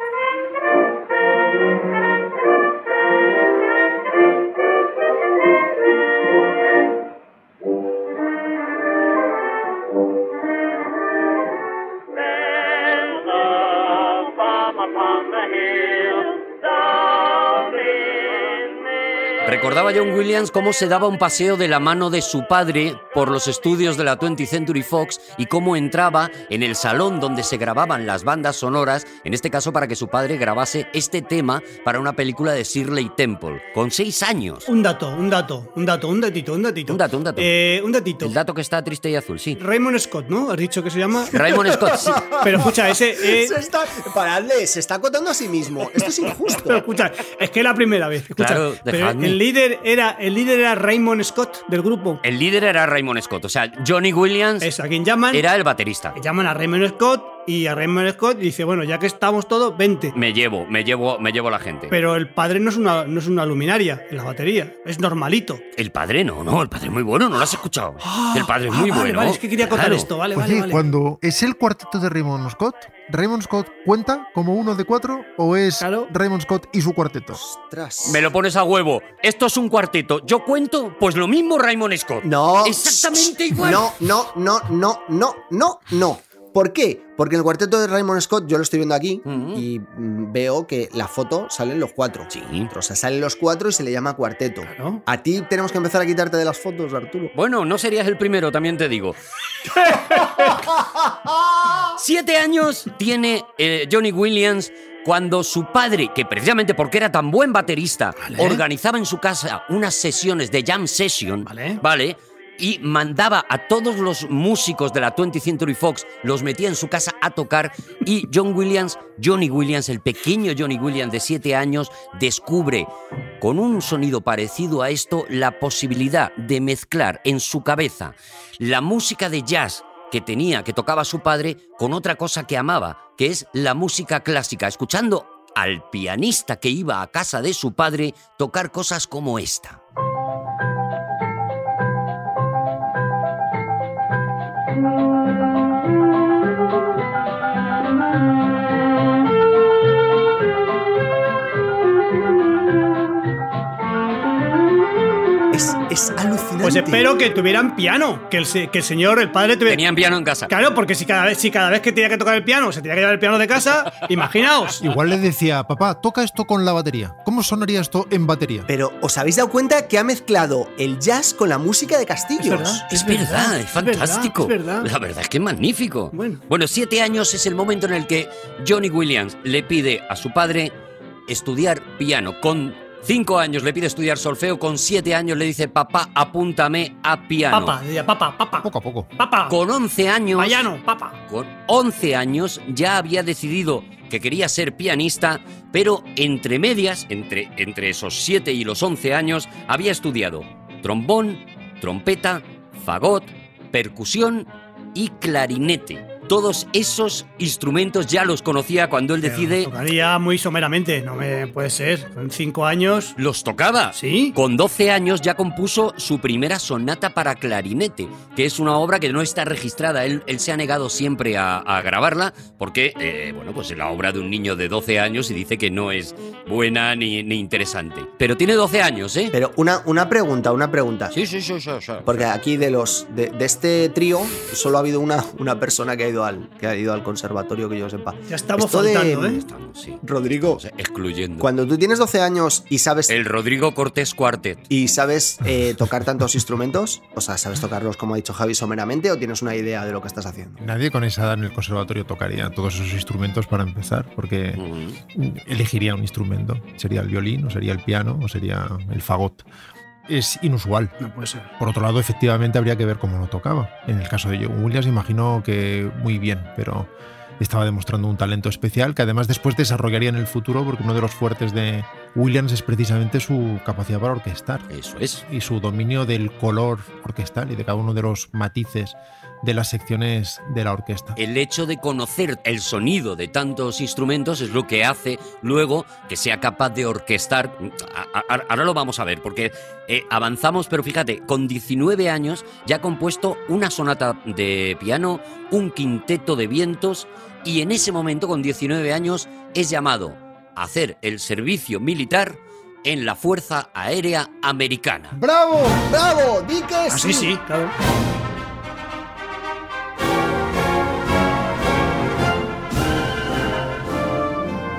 Recordaba John Williams cómo se daba un paseo de la mano de su padre por los estudios de la 20th Century Fox y cómo entraba en el salón donde se grababan las bandas sonoras, en este caso para que su padre grabase este tema para una película de Shirley Temple, con seis años. Un dato, un dato, un dato, un datito, un datito. Un dato, un dato. Eh, un datito. El dato que está triste y azul, sí. Raymond Scott, ¿no? ¿Has dicho que se llama? Raymond Scott, sí. Pero escucha, ese... eh, Se está, paradle, se está acotando a sí mismo. Esto es injusto. Pero escucha, es que es la primera vez. Escucha, Claro, pero dejadme. el líder era el líder era Raymond Scott del grupo. El líder era Raymond Scott, o sea, Johnny Williams Es a quien llaman. era el baterista. Llaman a Raymond Scott y a Raymond Scott dice, bueno, ya que estamos todos, vente. Me llevo, me llevo, me llevo a la gente. Pero el padre no es una, no es una luminaria en la batería, es normalito. El padre no, no, el padre es muy bueno, no lo has escuchado. el padre es muy Ah, vale, bueno. vale, es que quería contar claro. esto, vale, Oye, vale, vale. cuando es el cuarteto de Raymond Scott, ¿Raymond Scott cuenta como uno de cuatro o es Claro. Raymond Scott y su cuarteto? Ostras. Me lo pones a huevo. Esto es un cuarteto. Yo cuento, pues lo mismo Raymond Scott. No. Exactamente igual. No, no, no, no, no, no, no. ¿Por qué? Porque el cuarteto de Raymond Scott, yo lo estoy viendo aquí Ujú. y mm, veo que la foto salen los cuatro. Sí. O sea, salen los cuatro y se le llama cuarteto. Claro. A ti tenemos que empezar a quitarte de las fotos, Arturo. Bueno, no serías el primero, también te digo. Siete años tiene eh, Johnny Williams cuando su padre, que precisamente porque era tan buen baterista, organizaba en su casa unas sesiones de jam session, Vale. Y mandaba a todos los músicos de la 20th Century Fox, los metía en su casa a tocar y John Williams, Johnny Williams, el pequeño Johnny Williams de siete años, descubre con un sonido parecido a esto la posibilidad de mezclar en su cabeza la música de jazz que tenía, que tocaba su padre, con otra cosa que amaba, que es la música clásica, escuchando al pianista que iba a casa de su padre tocar cosas como esta. Es, es alucinante. Pues espero que tuvieran piano, que el, se- que el señor, el padre tuviera... Tenían piano en casa. Claro, porque si cada, vez, si cada vez que tenía que tocar el piano se tenía que llevar el piano de casa, imaginaos. Igual le decía, papá, toca esto con la batería. ¿Cómo sonaría esto en batería? Pero os habéis dado cuenta que ha mezclado el jazz con la música de castillos. Es verdad, es fantástico. Es verdad. La verdad es que es magnífico. Bueno. siete años es el momento en el que Johnny Williams le pide a su padre estudiar piano. Con cinco años le pide estudiar solfeo, con siete años le dice, papá, apúntame a piano. Papa, diría, papa, papa, Poco a poco. papa, Con 11 años, payano, papa. con 11 años ya había decidido que quería ser pianista, pero entre medias, entre, entre esos 7 y los 11 años, había estudiado trombón, trompeta, fagot, percusión y clarinete. Todos esos instrumentos ya los conocía cuando él decide Tocaría muy someramente, no me puede ser. Con cinco años. los tocaba. Sí. Con 12 años ya compuso su primera sonata para clarinete, que es una obra que no está registrada. Él, él se ha negado siempre a, a grabarla porque, eh, bueno, pues es la obra de un niño de 12 años y dice que no es buena ni, ni interesante. Pero tiene 12 años, ¿eh? Pero una, una pregunta, una pregunta. Sí, sí, sí, sí. sí. Porque aquí de los de, de este trío solo ha habido una, una persona que ha ido al que ha ido al conservatorio que yo sepa. Ya estamos Esto de- faltando, ¿eh? Estamos, sí. Rodrigo, O sea, excluyendo. cuando tú tienes 12 años y sabes El Rodrigo Cortés Cuartet. y sabes eh, tocar tantos instrumentos, o sea, sabes tocarlos como ha dicho Javi someramente o tienes una idea de lo que estás haciendo. Nadie con esa edad en el conservatorio tocaría todos esos instrumentos para empezar, porque Mm. elegiría un instrumento. Sería el violín, o sería el piano, o sería el fagot. Es inusual. No puede ser. Por otro lado, efectivamente habría que ver cómo lo tocaba. En el caso de John Williams, imagino que muy bien, pero estaba demostrando un talento especial que además después desarrollaría en el futuro, porque uno de los fuertes de Williams es precisamente su capacidad para orquestar Eso es. y su dominio del color orquestal y de cada uno de los matices de las secciones de la orquesta. El hecho de conocer el sonido de tantos instrumentos es lo que hace luego que sea capaz de orquestar. mm, A- a- Ahora lo vamos a ver, porque eh, avanzamos, pero fíjate, con 19 años ya ha compuesto una sonata de piano, un quinteto de vientos, y en ese momento, con 19 años, es llamado a hacer el servicio militar en la Fuerza Aérea Americana. ¡Bravo! Oh, ¡Bravo! ¡Di que Ah, sí, sí, claro.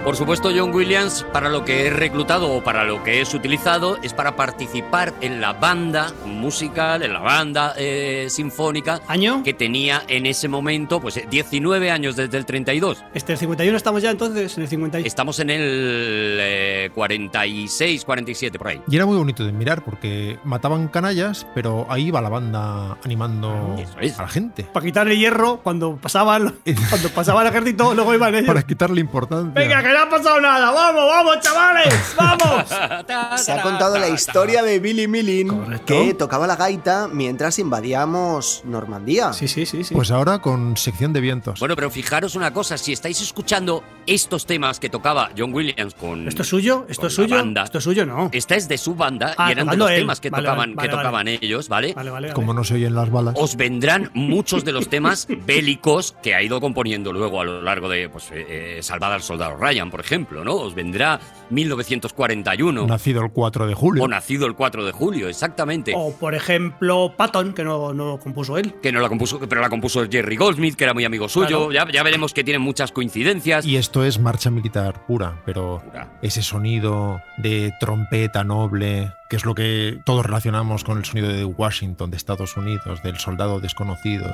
Por supuesto, John Williams, para lo que es reclutado o para lo que es utilizado, es para participar en la banda musical, en la banda eh, sinfónica ¿Año? que tenía en ese momento, pues eh, 19 años desde el 32. Este el 51 estamos ya entonces, en el 51. Estamos en el eh, 46, 47, por ahí. Y era muy bonito de mirar porque mataban canallas, pero ahí va la banda animando a la gente. Para quitarle hierro cuando pasaban cuando pasaba el ejército, luego iban ellos. Para quitarle importancia. Venga, que no ha pasado nada. Vamos, vamos, chavales. Ah. Vamos. Se ha contado la historia de Billy Millin, que tocaba la gaita mientras invadíamos Normandía. Sí, sí, sí. sí. Pues ahora con sección de vientos. Bueno, pero fijaros una cosa, si estáis escuchando estos temas que tocaba John Williams con ¿Esto es suyo? ¿Esto con es la suyo? banda. Este, ¿Esto es suyo? No. Esta es de su banda Ah, y eran de tocando los él. temas que Vale, tocaban, vale, que vale, tocaban ellos, ¿vale? Vale, vale, vale. Como no se oyen las balas. Os vendrán muchos de los temas bélicos que ha ido componiendo luego a lo largo de pues, eh, eh, Salvada al Soldado Ryan, por ejemplo, ¿no? Os vendrá 1941 Nacido el 4 de julio. Oh. o Nacido el 4 de julio, exactamente. O, por ejemplo, Patton, que no, no compuso él. Que no la compuso, pero la compuso Jerry Goldsmith, que era muy amigo suyo. Claro. Ya, ya veremos que tienen muchas coincidencias. Y esto es marcha militar pura, pero Pura. ese sonido de trompeta noble, que es lo que todos relacionamos con el sonido de Washington, de Estados Unidos, del soldado desconocido,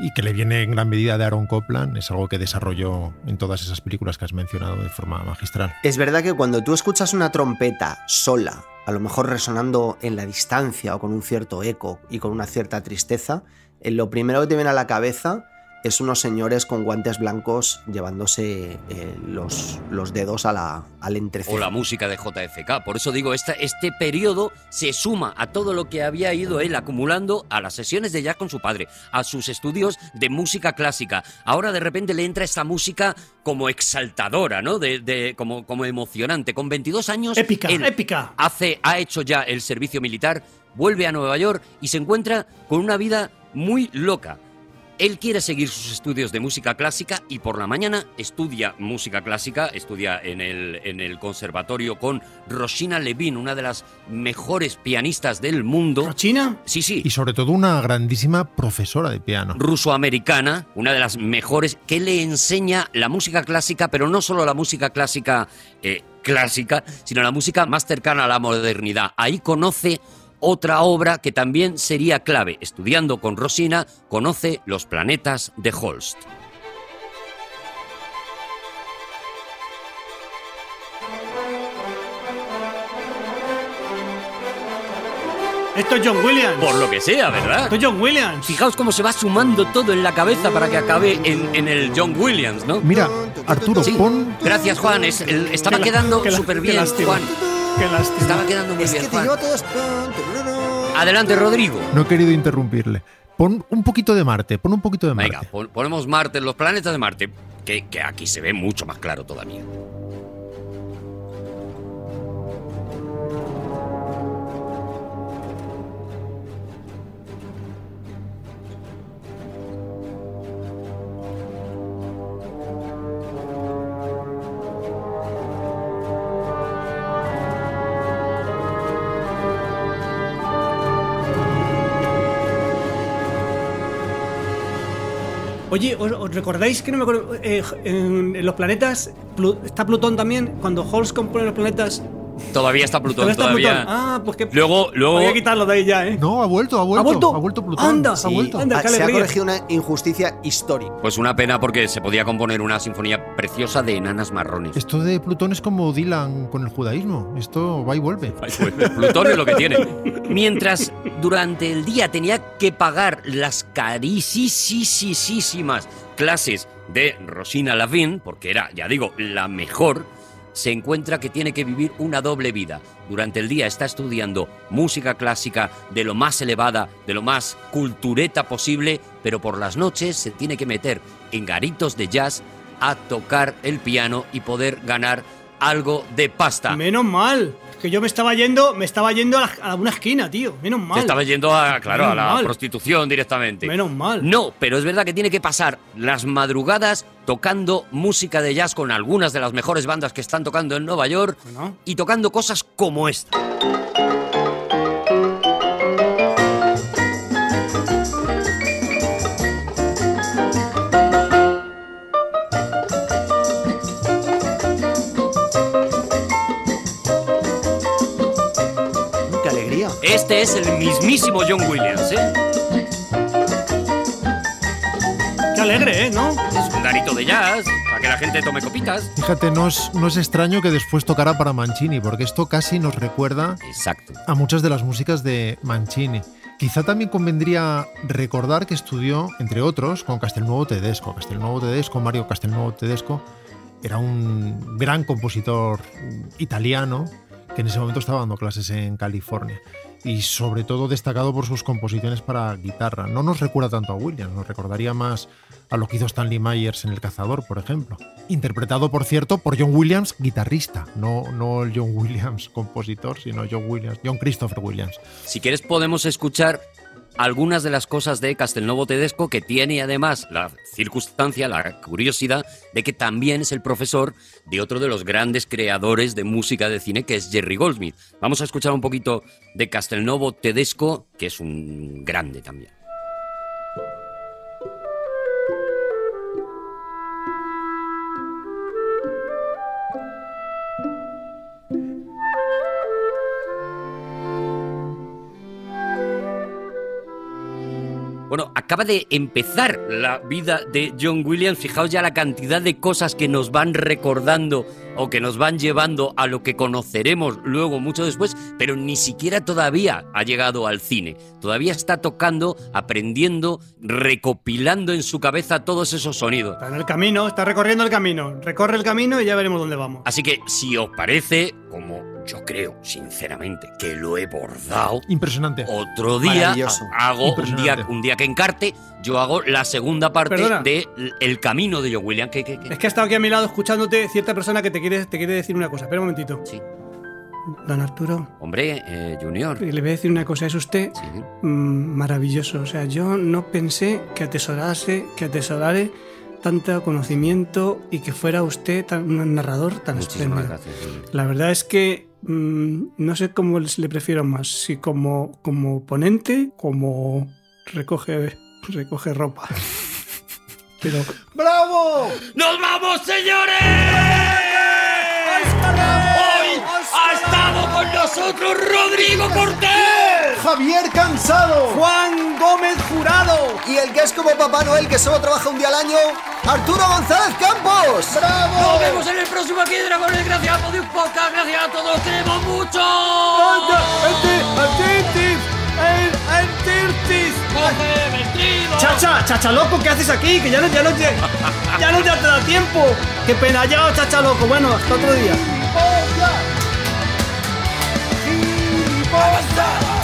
y que le viene en gran medida de Aaron Copland, es algo que desarrolló en todas esas películas que has mencionado de forma magistral. Es verdad que cuando tú escuchas una trompeta sola, a lo mejor resonando en la distancia o con un cierto eco y con una cierta tristeza, eh, lo primero que te viene a la cabeza es unos señores con guantes blancos llevándose eh, los, los dedos a la, al entrecejo. o la música de JFK. Por eso digo, esta, este periodo se suma a todo lo que había ido él acumulando a las sesiones de jazz con su padre, a sus estudios de música clásica. Ahora de repente le entra esta música como exaltadora, ¿no? De, de- como, como emocionante. Con 22 años... Épica, él épica. hace, ha hecho ya el servicio militar, vuelve a Nueva York y se encuentra con una vida muy loca. Él quiere seguir sus estudios de música clásica y por la mañana estudia música clásica, estudia en el, en el conservatorio con Rosina Levin, una de las mejores pianistas del mundo. ¿Rochina? Sí, sí Y sobre todo una grandísima profesora de piano. ruso-americana, una de las mejores, que le enseña la música clásica, pero no solo la música clásica eh, clásica, sino la música más cercana a la modernidad. Ahí conoce otra obra que también sería clave. Estudiando con Rosina, conoce Los planetas de Holst. Esto es John Williams. Por lo que sea, ¿verdad? Esto es John Williams. Fijaos cómo se va sumando todo en la cabeza para que acabe en, en el John Williams, ¿no? Mira, Arturo, Sí. pon Gracias, Juan. Es, el- estaba Qué la- quedando qué la- súper qué bien, lástima. Juan. Qué lástima. Estaba quedando muy Es bien, que te Juan. lleva todos... Adelante, Rodrigo. No he querido interrumpirle. Pon un poquito de Marte, pon un poquito de Marte. Venga, pon- ponemos Marte, los planetas de Marte, que, que aquí se ve mucho más claro todavía. Oye, ¿os, os recordáis que no me acuerdo? eh, en, en los planetas, Plu- está Plutón también. Cuando Holmes compone los planetas, Todavía está Plutón, está todavía. Plutón. Ah, pues que. Luego, luego. Voy a quitarlo de ahí ya, ¿eh? No, ha vuelto, ha vuelto. vuelto? Plutón. Anda, ha sí. vuelto. Anda, Ah, qué se ha alegría. corregido una injusticia histórica. Pues una pena porque se podía componer una sinfonía preciosa de enanas marrones. Esto de Plutón es como Dylan con el judaísmo. Esto va y vuelve. Ay, pues, Plutón es lo que tiene. Mientras durante el día tenía que pagar las carísimas clases de Rosina Lavín, porque era, ya digo, la mejor, se encuentra que tiene que vivir una doble vida. Durante el día está estudiando música clásica de lo más elevada, de lo más cultureta posible, pero por las noches se tiene que meter en garitos de jazz a tocar el piano y poder ganar algo de pasta. Menos mal. Que yo me estaba yendo, me estaba yendo a, la- a una esquina, tío. Menos mal. Se estaba yendo a, claro, a la Menos mal. prostitución directamente. Menos mal. No, pero es verdad que tiene que pasar las madrugadas tocando música de jazz con algunas de las mejores bandas que están tocando en Nueva York Bueno. y tocando cosas como esta. Mm, Este es el mismísimo John Williams, ¿eh? Qué alegre, ¿eh? ¿No? Es un garito de jazz, para que la gente tome copitas. Fíjate, no es, no es extraño que después tocara para Mancini, porque esto casi nos recuerda Exacto. a muchas de las músicas de Mancini. Quizá también convendría recordar que estudió, entre otros, con Castelnuovo Tedesco. Castelnuovo Tedesco, Mario Castelnuovo Tedesco, era un gran compositor italiano que en ese momento estaba dando clases en California y sobre todo destacado por sus composiciones para guitarra. No nos recuerda tanto a Williams, nos recordaría más a lo que hizo Stanley Myers en El Cazador, por ejemplo. Interpretado, por cierto, por John Williams, guitarrista, no, no el John Williams compositor, sino John Williams, John Christopher Williams. Si quieres podemos escuchar algunas de las cosas de Castelnuovo Tedesco que tiene además la circunstancia, la curiosidad de que también es el profesor de otro de los grandes creadores de música de cine que es Jerry Goldsmith. Vamos a escuchar un poquito de Castelnuovo Tedesco, que es un grande también. Bueno, acaba de empezar la vida de John Williams. Fijaos ya la cantidad de cosas que nos van recordando o que nos van llevando a lo que conoceremos luego mucho después, pero ni siquiera todavía ha llegado al cine. Todavía está tocando, aprendiendo, recopilando en su cabeza todos esos sonidos. Está en el camino, está recorriendo el camino. Recorre el camino y ya veremos dónde vamos. Así que si os parece, como yo creo, sinceramente, que lo he bordado. Impresionante. Otro día Maravilloso. hago un Impresionante. día, un día que encarte, yo hago la segunda parte Perdona. de El camino de John Williams. que- que- que- Es que ha estado aquí a mi lado escuchándote cierta persona que te quiere, te quiere decir una cosa. Espera un momentito. Sí. Don Arturo, Hombre, eh, Junior. le voy a decir una cosa. Es usted Sí. mm, maravilloso. O sea, yo no pensé que atesorase, que atesorare tanto conocimiento y que fuera usted tan, un narrador tan Muchísimas espléndido. gracias. Junior. La verdad es que mm, no sé cómo les- le prefiero más, si como, como ponente, como recoge, recoge ropa. Pero ¡Bravo! ¡Nos vamos, señores! Hoy ha estado con nosotros Rodrigo Cortés. Javier Cansado. Juan Gómez Jurado. Y el que es como Papá Noel, que solo trabaja un día al año, Arturo González Campos. ¡Bravo! Nos vemos en el próximo aquí de Dragones. Gracias por un podcast. Gracias a todos. Os Queremos mucho. Chacha, chacha loco, ¿qué haces aquí? Que ya no, ya no, te- ya no te ha dado tiempo. Qué pena, ya, chacha loco. Bueno, hasta otro día. ¡Gilipollas!